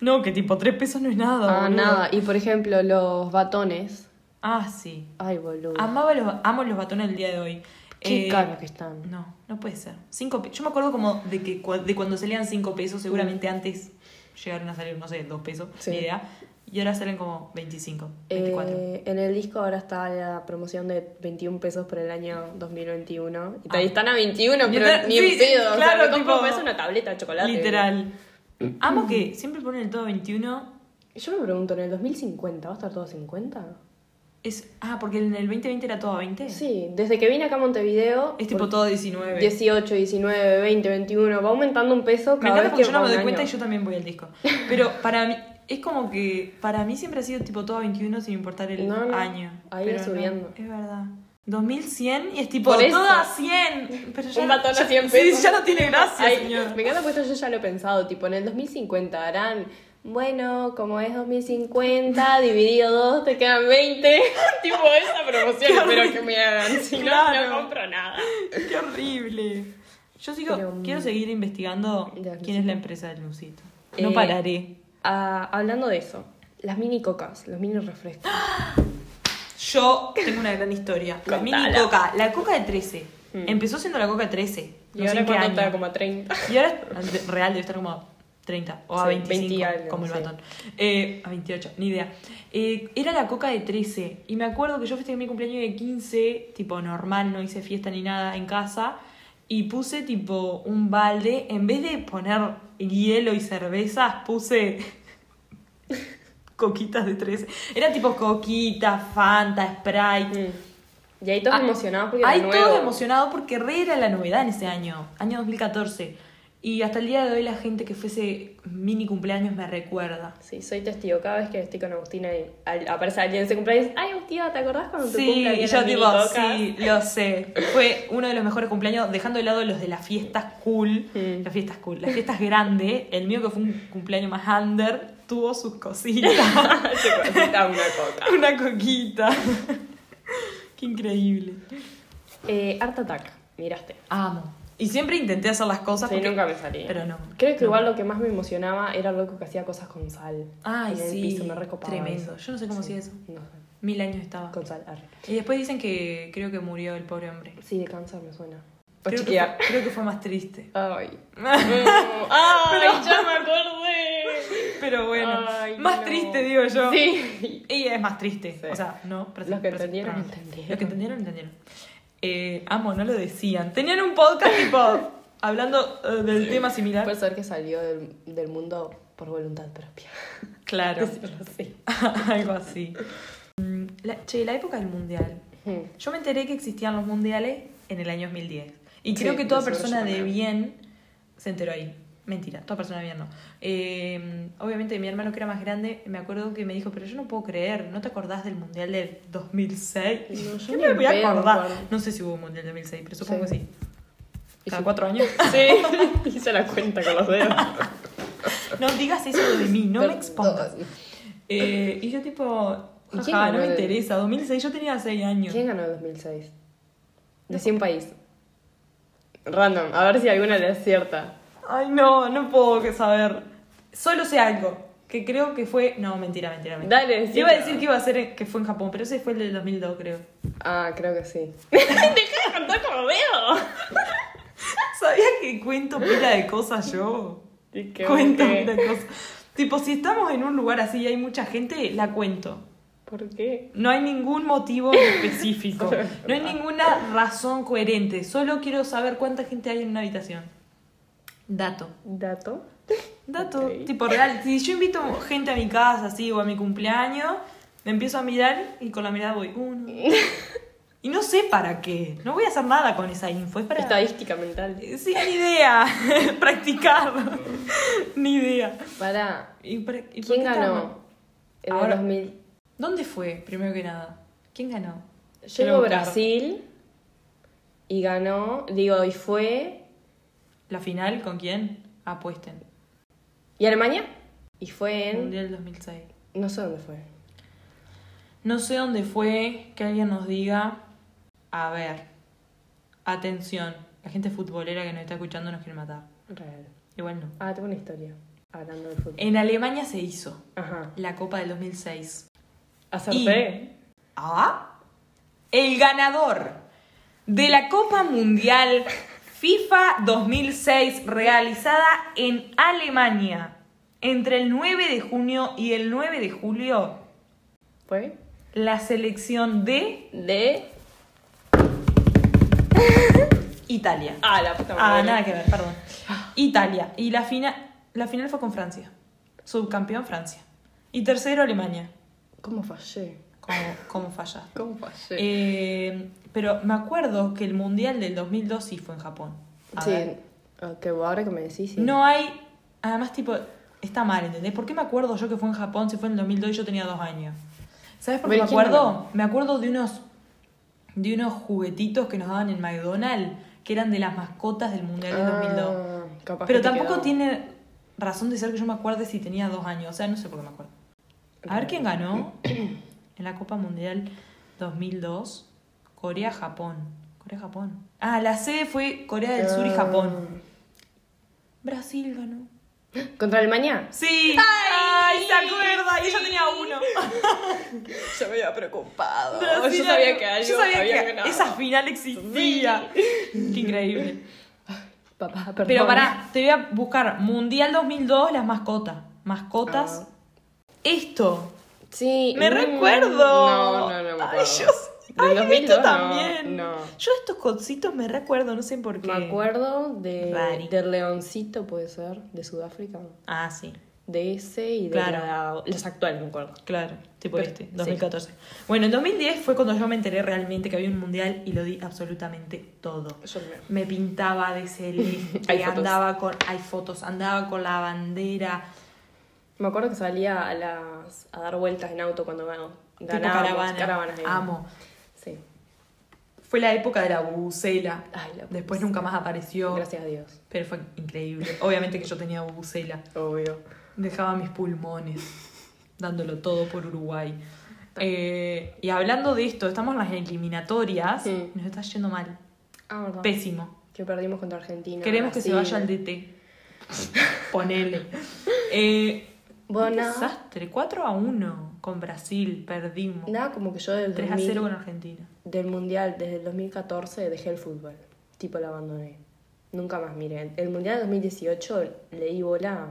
No, que tipo, 3 pesos no es nada.
ah,
boludo.
nada. Y por ejemplo, los batones.
Ah, sí.
Ay, boludo.
Amaba los, amo los batones del día de hoy.
Qué
Eh,
caros que están.
No, no puede ser. Cinco pe- Yo me acuerdo como de que cua- de cuando salían 5 pesos, seguramente antes llegaron a salir, no sé, 2 pesos,
Mm. Sí.
ni idea. Y ahora salen como 25, 24.
Eh, en el disco ahora está la promoción de 21 pesos por el año 2021. Y
Ah.
ahí están a 21,
Y
pero
está-
ni en
sí, sí,
pedo. o sea,
claro,
me compro
tipo-
un peso una tableta de chocolate.
Literal. Amo que siempre ponen el todo 21.
Yo me pregunto, ¿en el 2050 va a estar todo a 50?
Es, ah, porque en el 2020 era todo a 20.
Sí, desde que vine acá a Montevideo.
Es tipo
por-
todo 19.
18, 19, 20, 21. Va aumentando un peso
Me
cada
encanta
vez
porque
que
yo no
va
me
un
doy
año.
cuenta y yo también voy al disco. Pero para mí, es como que para mí siempre ha sido tipo todo 21 sin importar el
No, no,
año.
ahí
Pero
va
no,
subiendo.
es verdad. 2100 y es tipo
Por eso.
todo a 100. Pero ya
Un
no-
batón a
ya-
100 pesos.
Sí, ya no tiene gracia,
Ay,
señor.
Me encanta porque esto yo ya lo he pensado, tipo, en el 2050 harán, bueno, como es 2050, dividido 2, te quedan 20. tipo, esa promoción espero que me hagan, si no,
Claro.
no compro nada.
Qué horrible. Yo sigo, Pero,
mm,
quiero seguir investigando quién es la empresa del Lucito. No eh, pararé.
A, Ah, hablando de eso, las mini cocas, los mini refrescos.
Yo tengo una gran historia. La mini coca, la coca de 13. Hmm. Empezó siendo la coca de 13.
No Mm. y ahora cuando está como a 30.
Y ahora real debe estar como a 30 o a sí, 25, 20 algo, como el sí. batón. Eh, a 28, ni idea. Eh, era la coca de 13. Y me acuerdo que yo festejé mi cumpleaños de 15, tipo normal, no hice fiesta ni nada en casa. Y puse tipo un balde, en vez de poner hielo y cervezas, puse coquitas de 13. Era tipo coquitas, Fanta, Sprite.
Mm. Y ahí todos ah, emocionados porque
Ahí todos emocionados porque re era la novedad en ese año, año 2014. Y hasta el día de hoy la gente que fuese mini cumpleaños me recuerda.
Sí, soy testigo. Cada vez que estoy con Agustina y al, aparece alguien en ese cumpleaños, ay Agustina, ¿te acordás cuando
sí, tu cumpleaños? Yo tipo, sí, lo sé. Fue uno de los mejores cumpleaños, dejando de lado los de las fiestas cool. Mm. Las fiestas cool, las fiestas grandes. El mío que fue un cumpleaños más under, tuvo sus cositas.
cosita, una coca.
Una coquita. Qué increíble.
Eh, Art Attack, miraste.
Amo. Y siempre intenté hacer las cosas.
Sí, porque... nunca me salía.
Ah, Pero no.
Creo que
no.
igual lo que más me emocionaba era loco que hacía cosas con sal.
Ay, en el sí.
Piso, me recopaba
Tremendo. Eso. Yo no sé cómo hacía
sí.
eso. No sé. Mil años estaba.
Con sal, arre.
Y después dicen que creo que murió el pobre hombre.
Sí, de cáncer me suena.
Creo que, fue, creo que, fue, más triste.
Ay. No. Ay, Pero... ya me acordé.
Pero bueno. Ay, más no. triste, digo yo.
Sí.
Y es más triste. Sí. O sea, no.
Los que entendieron, entendieron.
Los que entendieron, entendieron. Eh, amo, no lo decían. Tenían un podcast tipo hablando uh, del tema similar.
Puede ser que salió del, del mundo por voluntad propia.
Claro.
Así.
Algo así. Mm, La, che, la época del mundial. Hmm. Yo me enteré que existían los mundiales en el año 2010. Y creo sí, que toda persona de bien se enteró ahí. Mentira, toda persona de bien no. Eh, obviamente mi hermano que era más grande, me acuerdo que me dijo, pero yo no puedo creer, ¿no te acordás del Mundial del 2006? No, yo me voy a acordar. No sé si hubo un Mundial del 2006, pero supongo sí. que sí. ¿Cada
sí?
cuatro años?
Sí, hice la cuenta con los dedos.
no digas eso de mí, no pero, me expongas. No. Eh, y yo tipo, ajá, no me el... interesa, 2006 yo tenía 6 años.
¿Quién ganó el 2006? De 100 país. Random, a ver si alguna le acierta.
Ay, no, no puedo que saber. Solo sé algo. Que creo que fue. No, mentira, mentira. mentira.
Dale,
sí. Iba a decir que iba a ser que fue en Japón, pero ese fue el del 2002, creo.
Ah, creo que sí. Deja de contar como veo.
¿Sabías que cuento pila de cosas yo?
Sí, qué
cuento qué. pila de cosas. Tipo, si estamos en un lugar así y hay mucha gente, la cuento.
¿Por qué?
No hay ningún motivo específico. No hay ninguna razón coherente. Solo quiero saber cuánta gente hay en una habitación. Dato.
Dato.
Dato. Okay. Tipo real. Si yo invito gente a mi casa, así, o a mi cumpleaños, me empiezo a mirar y con la mirada voy uno. y no sé para qué. No voy a hacer nada con esa info. Es para... Eh,
Estadística mental.
Sí, ni idea. Practicar. ni idea.
Para.
¿Y para... ¿Y
¿Quién ganó? En el 2000.
¿Dónde fue, primero que nada? ¿Quién ganó?
Llegó Brasil y ganó, digo, y fue.
¿La final con quién? Apuesten.
¿Y Alemania? Y fue en.
Mundial 2006.
No sé dónde fue.
No sé dónde fue, que alguien nos diga. A ver. Atención, la gente futbolera que nos está escuchando nos quiere matar.
Real.
Igual no.
Ah, tengo una historia. Hablando del fútbol.
En Alemania se hizo
Ajá.
la Copa del 2006.
Acerté.
Y, ah, el ganador de la Copa Mundial FIFA 2006 realizada en Alemania entre el 9 de junio y el 9 de julio
fue
la selección de
de
Italia.
Ah, la puta
madre. Ah, nada que ver, perdón. Italia y la final la final fue con Francia. Subcampeón Francia. Y tercero Alemania.
¿Cómo fallé?
¿Cómo, cómo falla?
¿Cómo fallé?
Eh, pero me acuerdo que el Mundial del 2002 sí fue en Japón.
A sí, que ahora que me decís. Sí.
No hay. Además, tipo, está mal, ¿entendés? ¿Por qué me acuerdo yo que fue en Japón si fue en el 2002 y yo tenía dos años? ¿Sabes por qué me acuerdo? Me acuerdo de unos, de unos juguetitos que nos daban en McDonald's que eran de las mascotas del Mundial del ah, 2002. Capaz pero tampoco quedó. tiene razón de ser que yo me acuerde si tenía dos años. O sea, no sé por qué me acuerdo. A ver quién ganó en la Copa Mundial 2002. Corea-Japón. Corea, Japón. Ah, la C fue Corea del
Ah.
Sur y Japón. Brasil ganó.
Ah. ¿Contra Alemania?
Sí. Ay, se acuerda. Y ella tenía uno.
Yo me había preocupado. yo sabía que algo
Yo sabía
había
que
ganado.
esa final existía. Qué increíble.
Papá, perdón.
Pero pará, te voy a buscar Mundial 2002, las mascotas. Mascotas.
Ah.
Esto.
Sí.
Me
mm,
recuerdo.
No, no, no me acuerdo.
Ay, yo,
Del
ay,
2002
esto
no,
también.
no.
Yo estos cositos me recuerdo, no sé por qué.
Me acuerdo de,
Rari.
del leoncito, puede ser, de Sudáfrica.
Ah, sí.
De ese y de
Claro.
la- los actuales, me acuerdo.
Claro, tipo
Pero-
este,
sí.
2014. Bueno, en 2010 fue cuando yo me enteré realmente que había un mundial y lo di absolutamente todo.
Yo me-
Me pintaba de
Hay
celeste,
fotos.
andaba con. Hay fotos, andaba con la bandera.
Me acuerdo que salía a, las, a dar vueltas en auto cuando ganó.
Tipo
Ganábamos,
caravana.
caravanas ahí.
Amo.
Sí.
Fue la época de la bucela.
Ay, la-
Después nunca más apareció.
Gracias a Dios.
Pero fue increíble. Obviamente que yo tenía bucela.
Obvio.
Dejaba mis pulmones, dándolo todo por Uruguay. Eh, y hablando de esto, estamos en las eliminatorias.
Sí.
Nos está yendo mal.
Ah, verdad.
Pésimo.
que perdimos contra Argentina.
Queremos que se vaya al
de...
DT. Ponele. Eh, un
Bueno, nada,
desastre. 4 a 1 con Brasil. Perdimos.
nada, como que yo del,
3 a
2000
0 con Argentina.
del Mundial, desde el 2014, dejé el fútbol. Tipo, lo abandoné. Nunca más miré. El Mundial de 2018 le di bola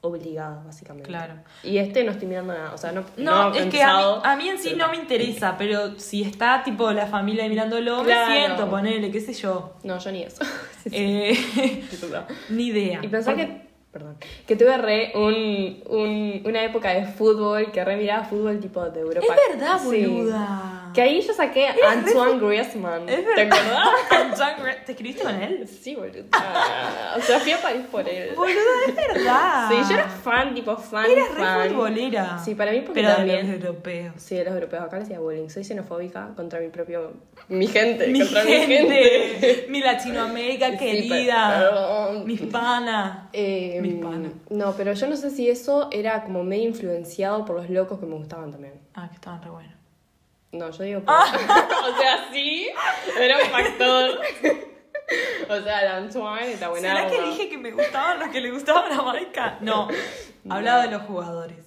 obligada, básicamente.
Claro.
Y este no estoy mirando nada. O sea, no.
No,
he
es que a mí,
pensado,
a mí en sí
pero-
no me interesa, pero si está tipo la familia mirándolo,
Claro.
me siento, ponele, qué sé yo.
No, yo ni eso. Sí, sí,
Eh,
sí, no.
ni idea.
Y pensar que. Perdón. Que tuve re un, un- una época de fútbol, que re miraba fútbol tipo de Europa.
Es verdad,
Sí.
boluda.
Que ahí yo saqué a Antoine Griezmann.
Es
¿Te
verdad.
acordás?
Con John Gre- ¿Te escribiste con él?
Sí, boluda. O sea, fui a París por él.
Boluda, es verdad.
Sí, yo era fan, tipo fan.
Eras Ah. re
fan.
futbolera.
Sí, para mí porque
Pero
también-
de los europeos.
Sí, de los europeos. Acá le hacía bullying. Soy xenofóbica contra mi propio. Mi gente.
Mi
contra
gente,
mi gente.
mi Latinoamérica
Sí,
querida,
perdón.
mis panas.
Eh,
Mis panas.
No, pero yo no sé si eso era como medio influenciado por los locos que me gustaban también.
Ah, que estaban re buenos.
No, yo digo. por-
Ah.
o sea, sí, era un factor. o sea, el Antoine está buena.
¿Será que
onda.
dije que me gustaban los que le gustaban a Maika? No, hablaba de los jugadores.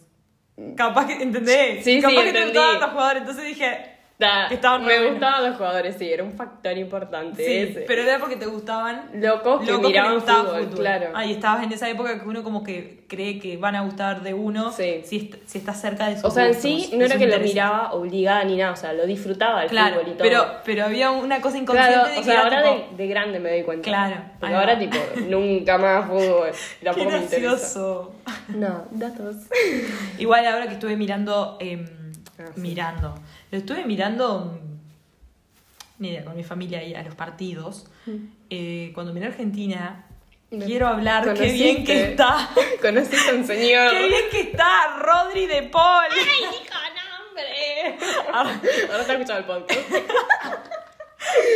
Capaz que, ¿entendés?
Sí, sí,
Capaz que te
entendí.
gustaban los jugadores, entonces dije,
Da,
que estaban re
me
buenos.
gustaban los jugadores, sí, era un factor importante.
sí,
ese.
pero era porque te gustaban
Locos que
locos
miraban
le gustaba
fútbol, claro.
Ah, y estabas en esa época que uno como que cree que van a gustar de uno
Sí.
si, est- si está cerca de su
O sea, en sí, no era que lo miraba obligada ni nada, o sea, lo disfrutaba el
Claro,
fútbol y todo.
pero, pero había una cosa inconsciente
claro,
de que
o sea,
era
ahora
tipo,
de, de grande me doy cuenta.
Claro, ahí
Porque
va.
ahora, tipo, nunca más fútbol.
Qué
Tampoco me interesa.
gracioso.
No, datos.
Igual ahora que estuve mirando, em,
Ah, sí.
mirando, lo estuve mirando, mm, ni idea, con mi familia ahí a los partidos. Eh, cuando miré a Argentina,
Me
quiero hablar qué
conociste.
bien que está.
Conociste a un señor.
Qué bien que está Rodri de Paul.
¡Ay, con hambre!
Ah,
Ahora está escuchando el podcast.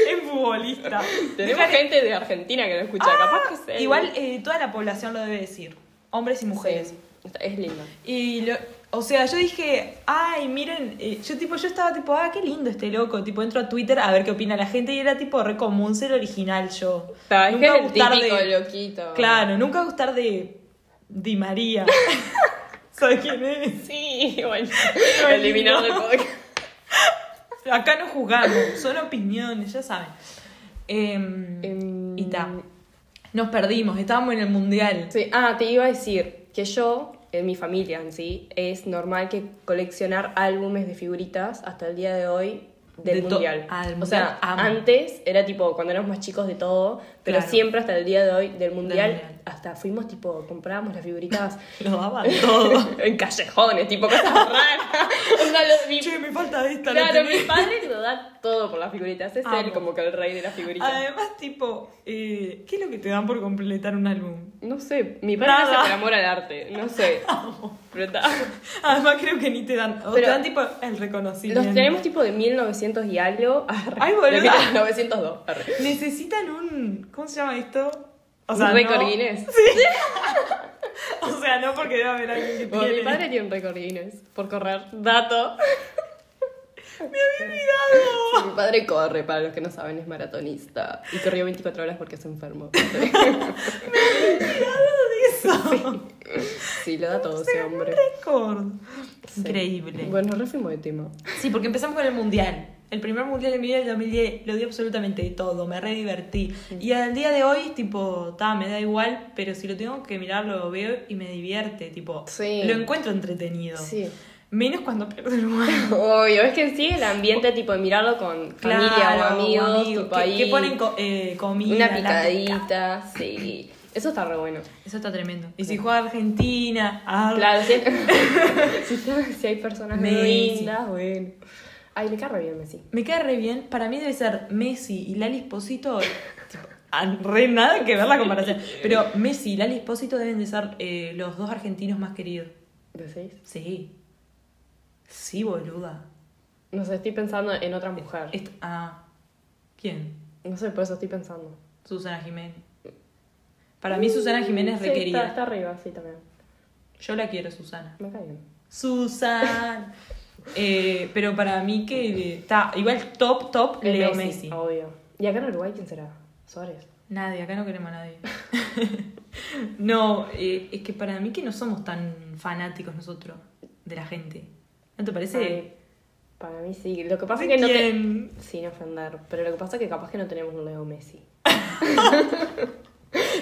es futbolista.
Tenemos gente de Argentina que no escucha, capaz que sea.
Ah, Igual eh, toda la población lo debe decir, hombres y mujeres.
Sí, está- es lindo.
Y lo- o sea, yo dije, ay, miren, eh, yo tipo, yo estaba tipo, ah, qué lindo este loco, tipo, entro a Twitter a ver qué opina la gente y era tipo re común ser original yo.
Está, es que era el típico
de
loquito.
Claro, nunca gustar de Di María. ¿Sabes quién es?
Sí, bueno.
Lo eliminó.
Eliminado el podcast.
Acá no juzgamos, son opiniones, ya saben. Em,
Em,
y ta. Nos perdimos, estábamos en el mundial.
Sí, ah, te iba a decir que yo, en mi familia en sí, es normal que coleccionar álbumes de figuritas hasta el día de hoy del
De to-
mundial.
ah, del
o sea,
mundial, amo.
antes era tipo cuando éramos más chicos de todo, pero
Claro.
siempre hasta el día de hoy del mundial,
mundial.
hasta fuimos tipo, comprábamos las figuritas
Lo daban todo.
en callejones, tipo cosas raras. O sea, lo- mi,
che, me falta esta. la
claro,
tenés.
mi padre lo da todo por las figuritas, es él
Amo.
como que el rey de las figuritas.
Además, tipo, eh, ¿qué es lo que te dan por completar un álbum?
No sé, mi padre
Nada.
lo hace por amor al arte, no sé. Pero está.
Además, creo que ni te dan. O
Pero-
te dan, tipo, el reconocimiento.
Los tenemos tipo de 1900 y algo. Arre.
Ay, boluda.
De 1902. arre.
Necesitan un. ¿Cómo se llama esto? O
Un
sea,
récord
no-
Guinness.
O sea, no porque debe haber alguien que
Bueno,
tiene.
mi padre tiene un récord Guinness por correr. Dato.
¡Me había olvidado!
Sí, mi padre corre, para los que no saben, es maratonista. Y corrió 24 horas porque se enfermó. ¡Me
había olvidado
de eso! Sí, sí lo da todo
Se
ese
ganó
hombre.
Un récord.
Sí.
Increíble.
Bueno, refimo de tema.
Sí, porque empezamos con el mundial. El primer mundial de mi vida del 2010 lo di absolutamente de todo, me re divertí. Y al día de hoy, tipo, ta, me da igual, pero si lo tengo que mirar, lo veo y me divierte, tipo,
Sí.
lo encuentro entretenido.
Sí.
Menos cuando pierdo el Uruguay.
Obvio, es que sí, el ambiente, tipo, de mirarlo con familia o
Claro,
amigos, tipo,
que,
ahí,
que ponen co- eh, comida.
una
la pica-
picadita, sí. Eso está re bueno.
Eso está tremendo. Y si juega Argentina, ah,
Claro, sí. si, si hay personas
Messi.
lindas, bueno. Ay, me cae re bien Messi.
me cae re bien. Para mí debe ser Messi y Lali Espósito. tipo, ah, re nada que ver la comparación. Pero Messi y Lali Espósito deben de ser eh, los dos argentinos más queridos.
¿Decís?
Sí. Sí, boluda.
No sé, estoy pensando en otra mujer.
Est- ah. ¿Quién?
No sé, por eso estoy pensando.
Susana Jiménez. Para mí Susana Jiménez
Sí,
requerida.
Está, está arriba, sí, también.
Yo la quiero, Susana.
Me cae bien.
Susan. Eh, pero para mí que está igual top, top
Es
Leo Messi.
Obvio. ¿Y acá en Uruguay quién será? Suárez.
Nadie, acá no queremos a nadie. no, eh, es que para mí que no somos tan fanáticos nosotros de la gente. ¿No te parece?
Ay, para mí sí. Lo que pasa
¿De
es que no te...
quién?
Sin ofender, pero lo que pasa es que capaz que no tenemos un Leo Messi.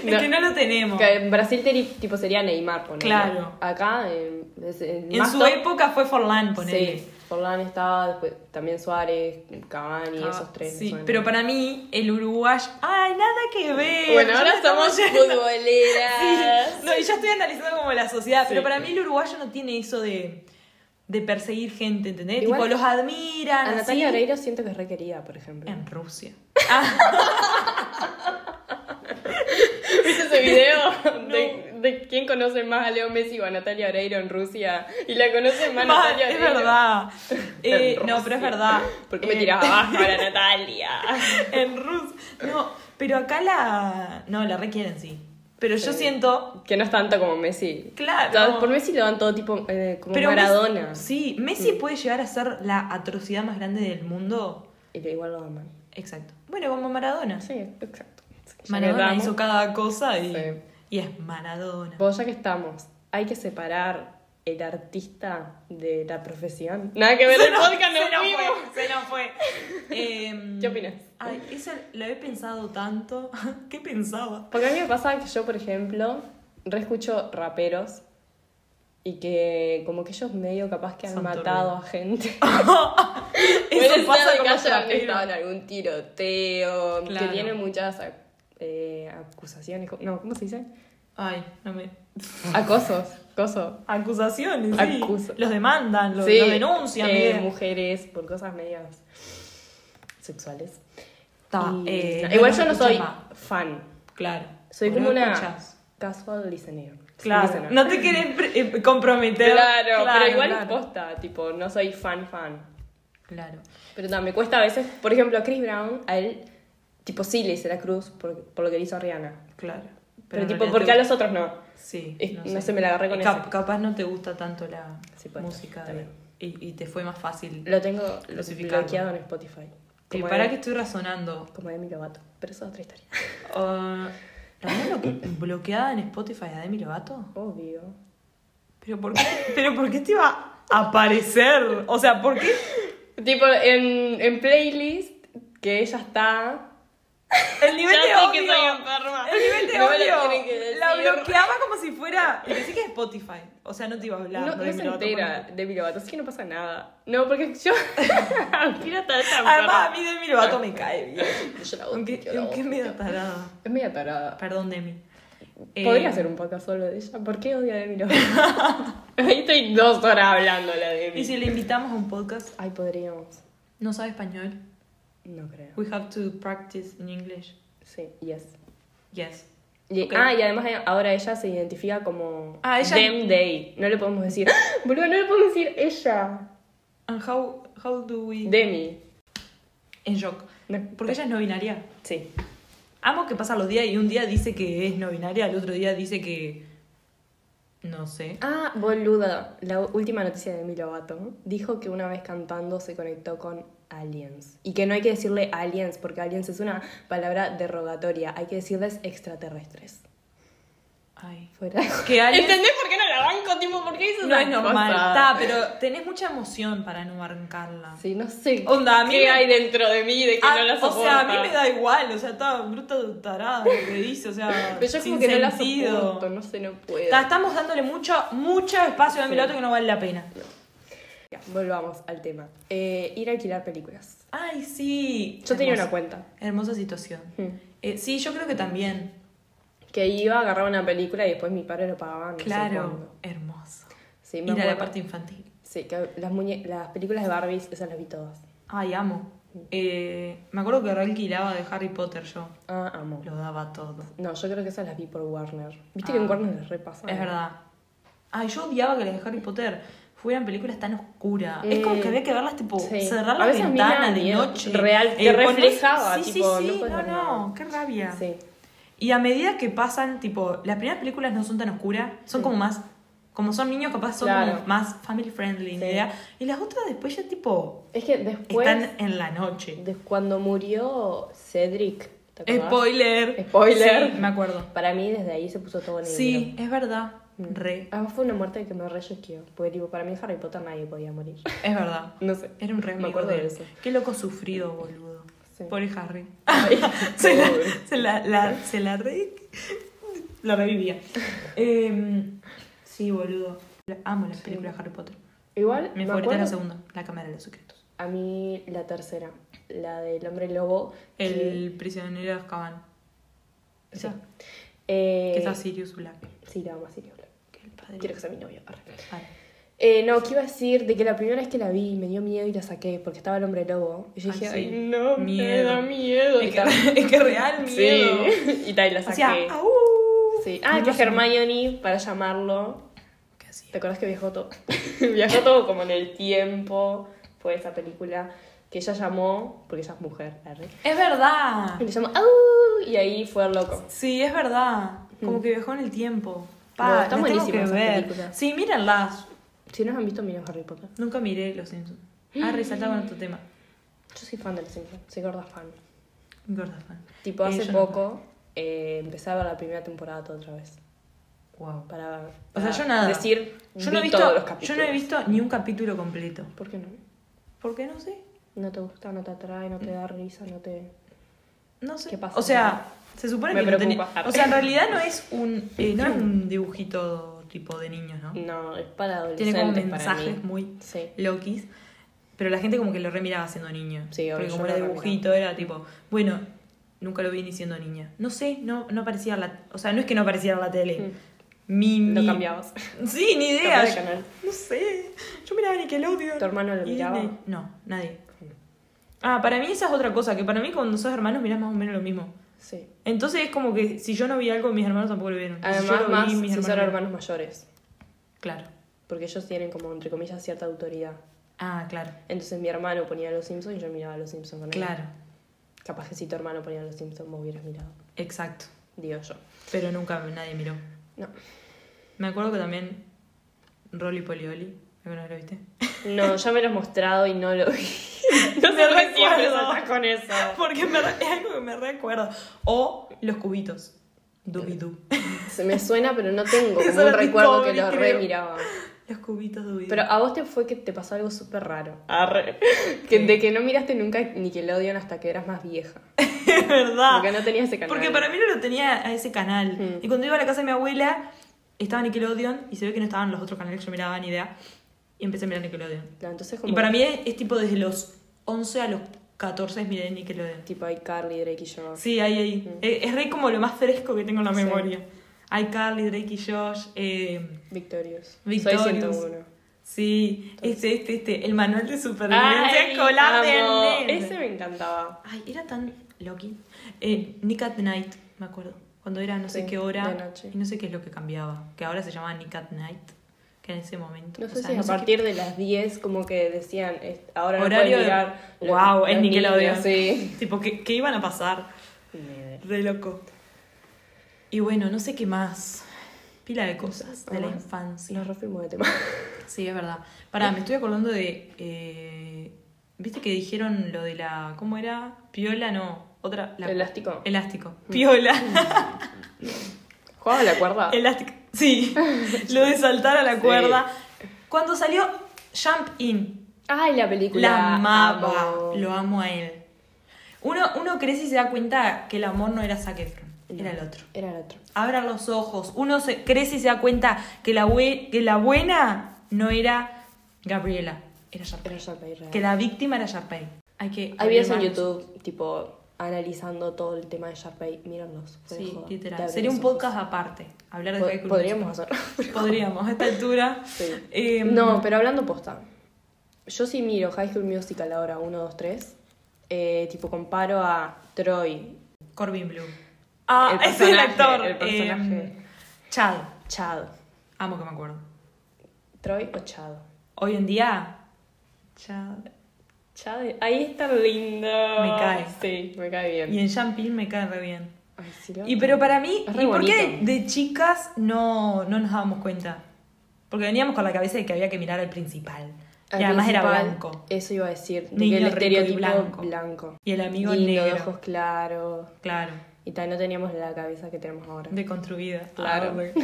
Es que no lo tenemos.
Que en Brasil teri- tipo sería Neymar, ponele.
Claro.
Acá, en, es- en
En
más
su
top-
época fue Forlán, ponele.
Sí, Forlán estaba, después también Suárez, Cavani,
Ah,
esos tres. me
Sí,
suenan.
pero para mí el uruguayo, ay, nada que ver.
Bueno,
Ya
ahora
estamos
somos
yendo-
futboleras.
Sí. No, y ya estoy analizando como la sociedad,
Sí.
pero para mí el uruguayo no tiene eso de, de perseguir gente, ¿entendés?
Igual-
tipo, los admiran.
A
así.
Natalia Oreiro siento que es requerida, por ejemplo.
En Rusia.
¿Viste ese video
No.
de, de quién conoce más a Leo Messi o a Natalia Oreiro en Rusia? Y la conoce más
Ma,
Natalia
es
Oreiro.
verdad. Eh,
En
no, pero es
Rusia.
verdad.
¿Por qué me
Eh,
tiras abajo a la Natalia?
en Rusia. No, pero acá la. No, la requieren, sí. Pero yo
Sí.
siento.
Que no es tanto como Messi.
Claro.
¿Sabes? Por Messi lo dan todo tipo eh, como
Messi-
Maradona. Mm.
sí, Messi puede llegar a ser la atrocidad más grande del mundo.
Y que igual lo aman.
Exacto. Bueno, como Maradona.
Sí, exacto. Ya que
Maradona
hablamos-
hizo cada cosa y,
Sí.
y es Maradona.
Vos, ya que estamos, hay que separar el artista de la profesión. Nada que ver el podcast,
se
no
nos
fuimos.
fue, se nos fue. Em,
¿Qué opinas?
Ay, eso lo he pensado tanto. ¿Qué pensaba?
Porque a mí me pasa que yo, por ejemplo, reescucho raperos y que como que ellos medio capaz que han
Son
matado a gente.
Eso
Puede
pasa
ser
con
que
los
hayan
raperos.
estado en algún tiroteo, que
Claro.
tienen muchas ac- eh, acusaciones, co- no, ¿cómo se dice?
Ay, no me...
Acosos, acoso.
Acusaciones, sí.
Acusa-
Los demandan, los,
Sí,
los denuncian.
eh,
bien.
mujeres por cosas medias sexuales.
Ta,
Y-
eh,
igual
los
yo no soy
escuchas más.
fan.
Claro.
Soy
No
como
los
una
escuchas.
casual listener.
Claro,
Listener.
no te querés pre- eh, comprometer.
Claro, pero igual
claro.
posta, tipo, no soy fan fan.
Claro.
Pero no, me cuesta a veces, por ejemplo, a Chris Brown, a él, tipo, sí le hice la cruz por, por lo que le hizo a Rihanna.
Claro.
Pero,
en
tipo,
realidad
¿por qué
te-
a los otros no?
Sí,
Es- no sé, me la agarré con
Cap-
ese.
Capaz no te gusta tanto la
Sí, puede
música
ser,
de- y, y te fue más fácil.
Lo tengo
Clasificarlo.
bloqueado en Spotify.
Eh,
Como,
pará
de,
que estoy razonando.
como de Demi Lovato. Pero eso es otra historia.
Ah, ¿La tengo blo- bloqueada en Spotify a Demi Lovato?
Obvio.
¿Pero por qué, ¿Pero por qué te iba a aparecer? O sea, ¿por qué?
Tipo, en, en playlist que ella está.
El nivel
Ya
de
sé
odio.
que soy enferma.
El nivel de
No me lo tienen que
odio.
decir.
La bloqueaba como si fuera. Y decía que es Spotify. O sea, no te iba a hablar.
No,
de
no
Demi
se
Lovato,
entera de mi Lovato, así que no pasa nada. No, porque yo. Pirata de
ponele. Además, a mí Demi Lovato me cae bien.
Yo la odio,
Aunque,
yo la
aunque
odio.
medio tarada.
Es media tarada.
Perdón, Demi. Eh,
Podría hacer un podcast solo de ella. ¿Por qué odia a Demi Lovato? Ahí estoy dos horas hablando la de
Y si le invitamos a un podcast,
Ay, podríamos.
no sabe español.
No creo.
We have to practice in English.
Sí, yes.
Yes.
Y-
Ok.
Ah, y además eh, ahora ella se identifica como
Ah, ella-
Dem Day. No le podemos decir. Boludo, no le podemos decir ella.
And how, how do we.
Demi.
En shock.
No,
Porque ella es no binaria.
Sí.
Amo que pasan los días y un día dice que es no binaria, al otro día dice que. No sé.
Ah, boluda. La última noticia de Demi Lovato dijo que una vez cantando se conectó con aliens. Y que no hay que decirle aliens, porque aliens es una palabra derogatoria. Hay que decirles extraterrestres.
Ay.
Fuera.
Que aliens-
¿Entendés por qué no la banco, tipo? ¿Por qué dices
No
esas
es normal.
cosas?
Está, pero tenés mucha emoción para no arrancarla.
Sí, no sé.
Onda, a mí
¿Qué
me-
hay dentro de mí de que
Ah,
no la
o sea, a mí
soporta?
me da igual, o sea, está bruta tarada lo que dice, o sea,
Pero yo como
sin
que no
sentido.
la soporto, no sé, no puedo.
Ta- estamos dándole mucho, mucho espacio a mi
Sí.
que no vale la pena.
Ya, volvamos al tema. Eh, ir a alquilar películas.
Ay, sí.
Yo tenía
Hermosa.
una cuenta.
Hermosa situación.
Hmm.
Eh, sí, yo creo que también.
Que iba, agarraba una película y después mi padre lo pagaba. No sé cuándo.
Claro. Hermoso.
sí, me
Mira la
acuerdo.
parte infantil.
Sí, que las, muñe- las películas de Barbie, esas las vi todas.
Ay, amo. Eh, me acuerdo que re alquilaba de Harry Potter yo.
Ah, amo.
Lo daba todo.
No, yo creo que esas las vi por Warner. Viste
Ah.
que en Warner les repasan.
Es verdad. Ay, yo odiaba que las de Harry Potter fueran películas tan oscuras. Es como
Mm.
que había que verlas, tipo,
Sí.
cerrar
A
la
veces a mí me
ventana
daba
de
miedo.
noche. Eh,
Real, te
poner-
reflejaba,
Sí,
tipo,
sí,
no
sí.
puedes
No,
ver
no,
nada.
qué rabia.
Sí.
Y a medida que pasan, tipo, las primeras películas no son tan oscuras, son
Sí.
como más. Como son niños, capaz son
Claro.
como más family friendly, ni
Sí.
idea. Y las otras después ya, tipo,
Es que después,
están en la noche.
de cuando murió Cedric, ¿te acordás?
Spoiler.
Spoiler.
Sí, me acuerdo.
Para mí desde ahí se puso todo negro.
Sí, es verdad.
Mm.
Re.
Además fue una muerte que me reyosqueó. Porque tipo, para mí Harry Potter nadie podía morir.
Es verdad.
No sé.
Era un re
Me
amigo
acuerdo de
él.
eso.
Qué loco sufrido, boludo.
Sí.
Pobre Harry. se la, se la, la- se la re... La revivía. Em, sí, boludo. La- Amo las películas de Harry Potter.
Igual,
Mi
me
favorita es la
acuerdo-
segunda, La Cámara de los Secretos.
A mí la tercera, la del hombre lobo. que-
El prisionero de Azkaban.
Sí.
Esa.
Eh,
Que está Sirius Black.
Sí, la amo a Sirius Black.
Que el padre...
Quiero que sea mi novio. arre.
Ay.
Eh, no, que iba a decir de que la primera vez que la vi me dio miedo y la saqué porque estaba el hombre lobo. Y yo
Ay,
dije,
sí.
ay, no,
Miedo.
me da miedo.
Es
tal.
que, es que real miedo.
Sí, y tal, y la
O
saqué.
sea, ah, ¡au!
Sí. Ah,
No
que
pasa nada.
Hermione, para llamarlo,
¿Qué hacía?
¿te acuerdas que viajó todo? viajó todo como en el tiempo, fue esa película que ella llamó, porque ella es mujer, arre.
Es verdad.
Y le llamó, ¡au! Y ahí fue el loco.
Sí, es verdad. Como que viajó en el
No,
tiempo.
están
Pa, las tengo
buenísimas
que
esas
ver.
películas.
Sí, mírenlas.
Si no las han visto, miren Harry Potter.
Nunca miré Los Simpsons. Ah, resaltaban otro tema.
Yo soy fan del Simpsons, soy gorda fan.
Gorda fan.
Tipo,
Eh,
hace
yo no.
poco eh, empecé a ver la primera temporada toda otra vez.
Wow.
Para,
O sea,
para
yo nada.
decir,
Yo
vi
no, he visto,
todos los capítulos.
yo no he visto ni un capítulo completo.
¿Por qué no?
Porque no sé.
No te gusta, no te atrae, no te da risa, no te...
No sé.
¿Qué pasa?
O sea, se supone
Me
que no
preocupa.
tenía- O sea, en realidad no es un, eh, no es un dibujito tipo de niños, ¿no?
No, es para adolescentes
Tiene como
para mí.
mensajes muy
Sí.
loquis. Pero la gente como que lo remiraba siendo niño.
Sí, obvio,
porque como
yo
era
lo
dibujito, era tipo, bueno, nunca lo vi ni siendo niña. No sé, no, no aparecía en la. O sea, no es que no aparecía en la tele. Mi,
Mm. Lo
mi-
cambiabas.
Sí, ni idea.
Cambiaba de canal.
No sé. Yo miraba Nickelodeon.
¿Tu hermano lo
Y
miraba?
Disney. No, nadie. Ah, para mí esa es otra cosa, que para mí cuando sos hermanos mirás más o menos lo mismo.
Sí.
Entonces es como que si yo no vi algo, mis hermanos tampoco lo vieron. Y si yo
Además,
lo vi,
más
mis
si son
hermanos-
hermanos mayores.
Claro.
Porque ellos tienen como, entre comillas, cierta autoridad.
Ah, claro.
Entonces mi hermano ponía Los Simpsons y yo miraba Los Simpsons con él.
Claro.
Capaz que si tu hermano ponía Los Simpsons vos hubieras mirado.
Exacto.
Digo yo.
Pero nunca nadie miró.
No.
Me acuerdo que también Rolly Polioli, ¿alguna vez lo viste?
No, ya me lo has mostrado y no lo vi. No
Me
sé por qué siempre
recuerdo.
saltás con eso.
Porque me re- es algo que me recuerdo. O Los Cubitos. Dubidú.
Se me suena, pero no tengo
Eso
como un
era
recuerdo que
Discovery,
lo re
creo.
miraba.
Los Cubitos Dubidú.
Pero ah, a vos te fue que te pasó algo súper raro. Arre. Que,
Sí.
de que no miraste nunca Nickelodeon hasta que eras más vieja.
es verdad.
Porque no tenías ese canal.
Ah, Porque para mí no lo tenía a ese canal.
Mm.
Y cuando iba a la casa de mi abuela, estaba Nickelodeon y se ve que no estaban los otros canales que yo miraba ni idea. Y empecé a mirar Nickelodeon.
Claro, entonces como
Y para mí es, es tipo desde los 11 a los 14 miré Nickelodeon.
Tipo hay Carly, Drake y yo.
Sí, ahí, ahí. Eh, Es re como lo más fresco que tengo en la
Sí.
memoria. Hay Carly, Drake y Josh. eh,
Victorious.
Victorious.
Soy 101.
sí, este, este, este. El manual de supervivencia escolar
amo.
de
Ese me encantaba.
Ay, era tan Loki. Eh, Nick at Night, me acuerdo. Cuando era no sé
Sí,
qué hora.
de noche.
Y no sé qué es lo que cambiaba. Que ahora se llamaba Nick at Night. Que en ese momento.
No
o
sé
sea,
si
no
a
sé qué-
partir de las 10 como que decían, es- ahora no
Horario
pueden
de-
mirar. los-
Guau,
los
es Nickelodeon.
niños, Sí.
Tipo, ¿qué, qué iban a pasar? Re loco. Y bueno, no sé qué más. Pila de cosas de la infancia.
Los refirmos de tema.
Sí, es verdad. Pará, me estoy acordando de. eh, ¿Viste que dijeron lo de la. ¿Cómo era? Piola, no. Otra. la-
Elástico. Mm.
Elástico. Piola.
¿Jugabas a la cuerda?
Elástico. Sí. lo de saltar a la cuerda. Cuando salió Jump In.
Ay, la película.
La amaba.
Amo.
Lo amo a él. Uno, uno crece y se da cuenta que el amor no era Zac Efron, Era el otro.
Era el otro.
Abran los ojos. Uno se, crece y se da cuenta que la, bue- que la buena no era Gabriela. Era Sharpay.
Era Sharpay Real.
Que la víctima era Sharpay. Hay que...
Hay videos en
abrir manos.
YouTube, tipo, analizando todo el tema de Sharpay. Mírenlos. fue de
Sí,
joda. Te
literal.
abre
Sería un
los ojos.
podcast aparte. Hablar de
Po-
High School
Podríamos hacerlo.
Musical. Podríamos, a esta altura.
Sí.
Eh,
No, pero hablando posta. Yo sí miro High School Musical ahora, 1, 2, 3. Eh, tipo, comparo a Troy,
Corbin Blue. Ah,
El
ese es el
personaje,
actor.
el personaje.
Eh, Chad.
Chad.
Amo que me acuerdo.
Troy o Chad.
Hoy en día... Chad.
Chad, ahí está lindo. Me
cae.
Sí, me cae bien.
Y en Champin me cae re bien.
Ay, sí, lo-
Y pero para mí,
Es re
¿y por qué
bonito.
de, de chicas no, no nos dábamos cuenta? Porque veníamos con la cabeza de que había que mirar al principal.
Al
y además era
principal,
blanco.
Eso iba a decir. de que
Niño
el
rico y
estereotipo
blanco.
blanco.
Y el amigo
Lindo, de
negro.
ojos claros.
Claro,
Y tal, no teníamos la cabeza que tenemos ahora.
deconstruida. Ah,
Claro.
Arre.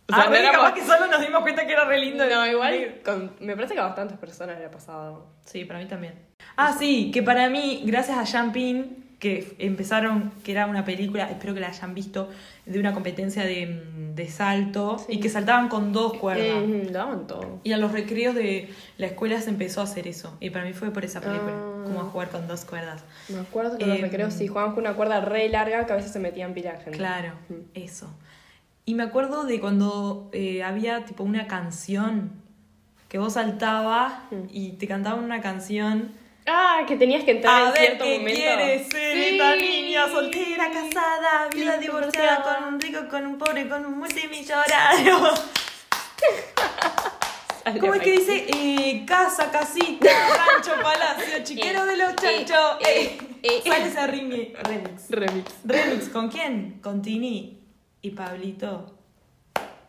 O sea, no
Arre,
éramos-
capaz que solo nos dimos cuenta que era re lindo.
No, igual con- me parece que a bastantes personas le ha pasado.
Sí, para mí también. Ah, sí, que para mí, gracias a Champin, que empezaron, que era una película, espero que la hayan visto, de una competencia de, mm, de salto,
Sí.
y que saltaban con dos cuerdas.
Mm, lo aman todo.
Y a los recreos de la escuela se empezó a hacer eso. Y para mí fue por esa película,
Ah.
como a jugar con dos cuerdas.
Me acuerdo que en los
Em,
recreos sí jugaban con una cuerda re larga que a veces se metían pila de gente.
Claro,
Mm.
eso. Y me acuerdo de cuando eh, había tipo una canción que vos saltabas
Mm.
y te cantaban una canción.
Ah, que tenías que entrar
A
en
ver
cierto
qué
momento.
quieres ser
Sí.
esta niña soltera, casada, viuda,
Sí,
divorciada,
divorciada.
con un rico, con un pobre, con un multimillonario.
Sale
¿Cómo es que
Mike.
dice? Eh, casa, casita, rancho, palacio, chiquero de los
eh,
chanchos.
eh, eh.
Sale ese ritmo. Remix.
Remix.
Remix, ¿con quién? Con Tini y Pablito.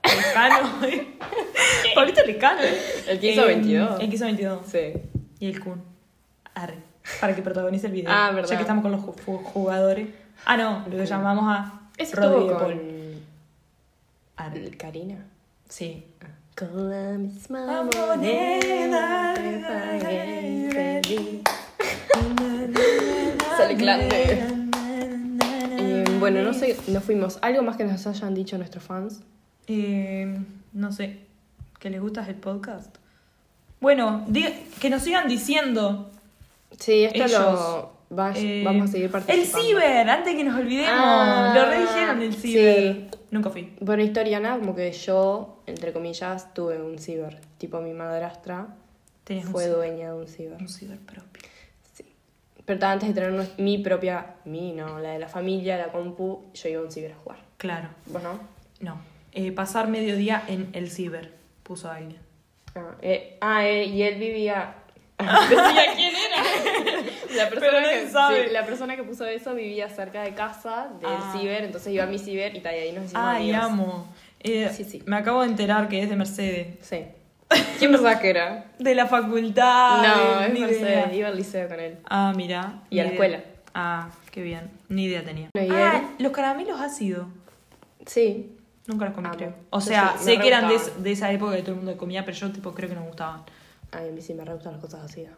Lecano, eh. Pablito Lecano, eh.
El que hizo
Eh,
22.
El que hizo 22.
Sí.
Y el Kun. Arre. Para que protagonice el video.
Ah, verdad.
Ya que estamos con los ju- ju- jugadores. Ah, no, lo llamamos a
Ese
Rodri
estuvo
de Paul.
con Ah,
Arre.
Karina.
Sí.
Ah. Con la misma
La moneda
te pagué
de
feliz. Sale grande. Eh, bueno, no sé, nos fuimos. ¿Algo más que nos hayan dicho nuestros fans?
Eh, no sé. ¿Que les gusta el podcast? Bueno, diga- que nos sigan diciendo.
Sí, esto
Ellos.
lo vas-
eh,
vamos a seguir
El
participando.
ciber, antes que nos olvidemos.
Ah,
lo redijeron el ciber. Nunca fui.
Bueno, historiana, como que yo, entre comillas, tuve un ciber. Tipo, mi madrastra
Tenías un
fue
ciber-
dueña de un ciber.
un ciber propio.
Sí. Pero estaba antes de tener nues- mi propia, mi no, la de la familia, la compu, yo iba a un ciber a jugar.
Claro.
¿Vos no?
No. Eh, pasar mediodía en el ciber, puso alguien.
Ah, eh, ah, eh, y él vivía. Decía quién era. La persona,
Pero nadie
que,
sabe.
sí, la persona que puso eso vivía cerca de casa, del
Ah.
ciber, entonces iba a mi ciber y tal, y ahí nos hicimos
Ay,
amigos.
amo. Eh,
Sí, sí.
Me acabo de enterar que es de Mercedes.
Sí. ¿Quién pensaba que era?
De la facultad. Eh,
no, es
ni
Mercedes,
idea.
iba al liceo con él.
Ah, mira.
Y a la
Ni idea.
escuela.
Ah, qué bien. Ni idea tenía.
Bueno, y
Ah, los caramelos ácidos.
Sí.
Nunca los comí,
Amo.
creo. O
Ah, Yo
sea,
sí, me
sé
re
que eran de,
gustaban.
es- de esa época que todo el mundo comía, pero yo tipo creo que no me gustaban.
Ay, a mí sí me re gustan las cosas así. ¿no?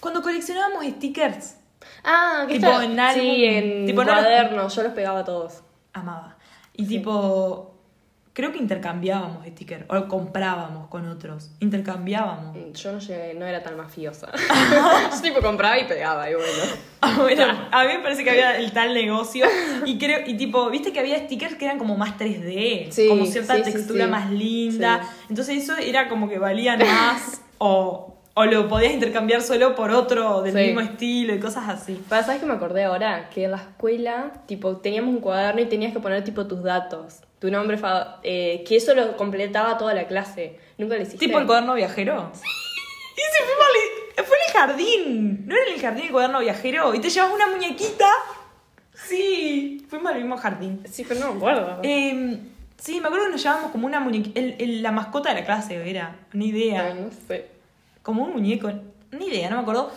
Cuando coleccionábamos stickers,
Ah, que
Tipo
está-
en álbum,
Sí, en
tipo en álbum.
cuadernos, yo los pegaba a todos.
amaba. Y tipo, creo que intercambiábamos stickers, o comprábamos con otros, intercambiábamos.
Yo no llegué, no era tan mafiosa. yo tipo compraba y pegaba, y bueno.
Ah, Bueno, a mí me parece que había el tal negocio y creo y tipo, viste que había stickers que eran como más 3D,
Sí,
como cierta
sí, sí,
textura
sí.
más linda. Entonces eso era como que valían más o, o lo podías intercambiar solo por otro del
Sí.
mismo estilo y cosas así.
Pero ¿sabes que me acordé ahora? Que en la escuela, tipo, teníamos un cuaderno y tenías que poner, tipo, tus datos. Tu nombre, fa- eh, que eso lo completaba toda la clase. Nunca lo hiciste.
Tipo el cuaderno viajero. Sí. Y se fue, mal- fue en el jardín. ¿No era en el jardín el cuaderno viajero? Y te llevas una muñequita. Sí. Fuimos al mismo jardín.
Sí, pero no me acuerdo.
Eh, Sí, me acuerdo que nos llevábamos como una muñeca. El, el- la mascota de la clase era, ni idea.
Ah, no sé.
Como un muñeco, ni idea, no me acuerdo.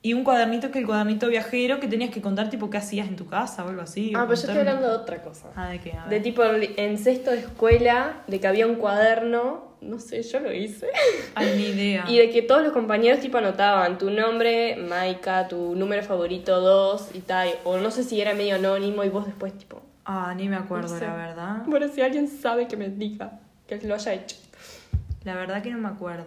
Y un cuadernito que el cuadernito viajero que tenías que contar, tipo, qué hacías en tu casa o algo así. o
Ah, pero yo estoy
contarme-
hablando de otra cosa.
Ah, ¿de qué? A
De
ver.
tipo, en sexto de escuela, de que había un cuaderno, no sé, yo lo hice.
Ay, ni idea.
Y de que todos los compañeros tipo anotaban tu nombre, Maika, tu número favorito 2 y tal. O no sé si era medio anónimo y vos después tipo...
Ah, ni me acuerdo,
No sé.
la verdad.
Bueno, si alguien sabe que me diga que lo haya hecho.
La verdad que no me acuerdo.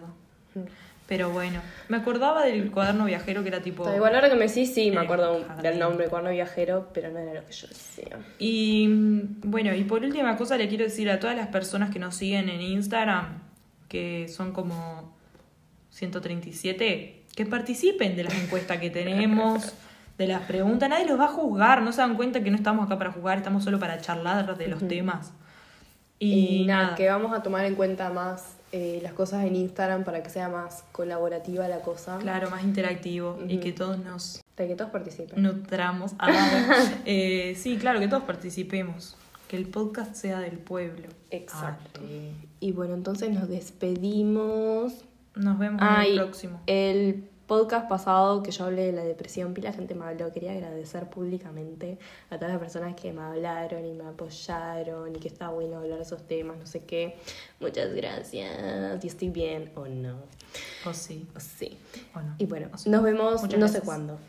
Pero bueno, me acordaba del cuaderno viajero que era tipo...
Está, Igual ahora que me decís, sí, me
Eh,
acuerdo un-
jardín.
del nombre cuerno viajero, pero no era lo que yo decía.
Y mm, bueno, y por última cosa le quiero decir a todas las personas que nos siguen en Instagram, que son como 137, que participen de las encuestas que tenemos, de las preguntas. Nadie los va a juzgar, no se dan cuenta que no estamos acá para juzgar, estamos solo para charlar de los temas.
Y,
Y,
nada,
nada,
que vamos a tomar en cuenta más eh, las cosas en Instagram para que sea más colaborativa la cosa.
claro, más interactivo y
Ujú.
que todos nos
Para que todos participen.
nutramos. Ah, bueno. Eh, sí, claro, que todos participemos. Que el podcast sea del pueblo.
Exacto.
Arre.
Y bueno, entonces nos despedimos.
Nos vemos en
Ay,
el próximo.
el podcast pasado que yo hablé de la depresión, pila gente me habló. Quería agradecer públicamente a todas las personas que me hablaron y me apoyaron y que está bueno hablar de esos temas, no sé qué. Muchas gracias. Y estoy bien o no.
O sí,
Sí.
o no.
Y bueno,
O sí.
nos vemos
Muchas
no sé
gracias.
cuándo.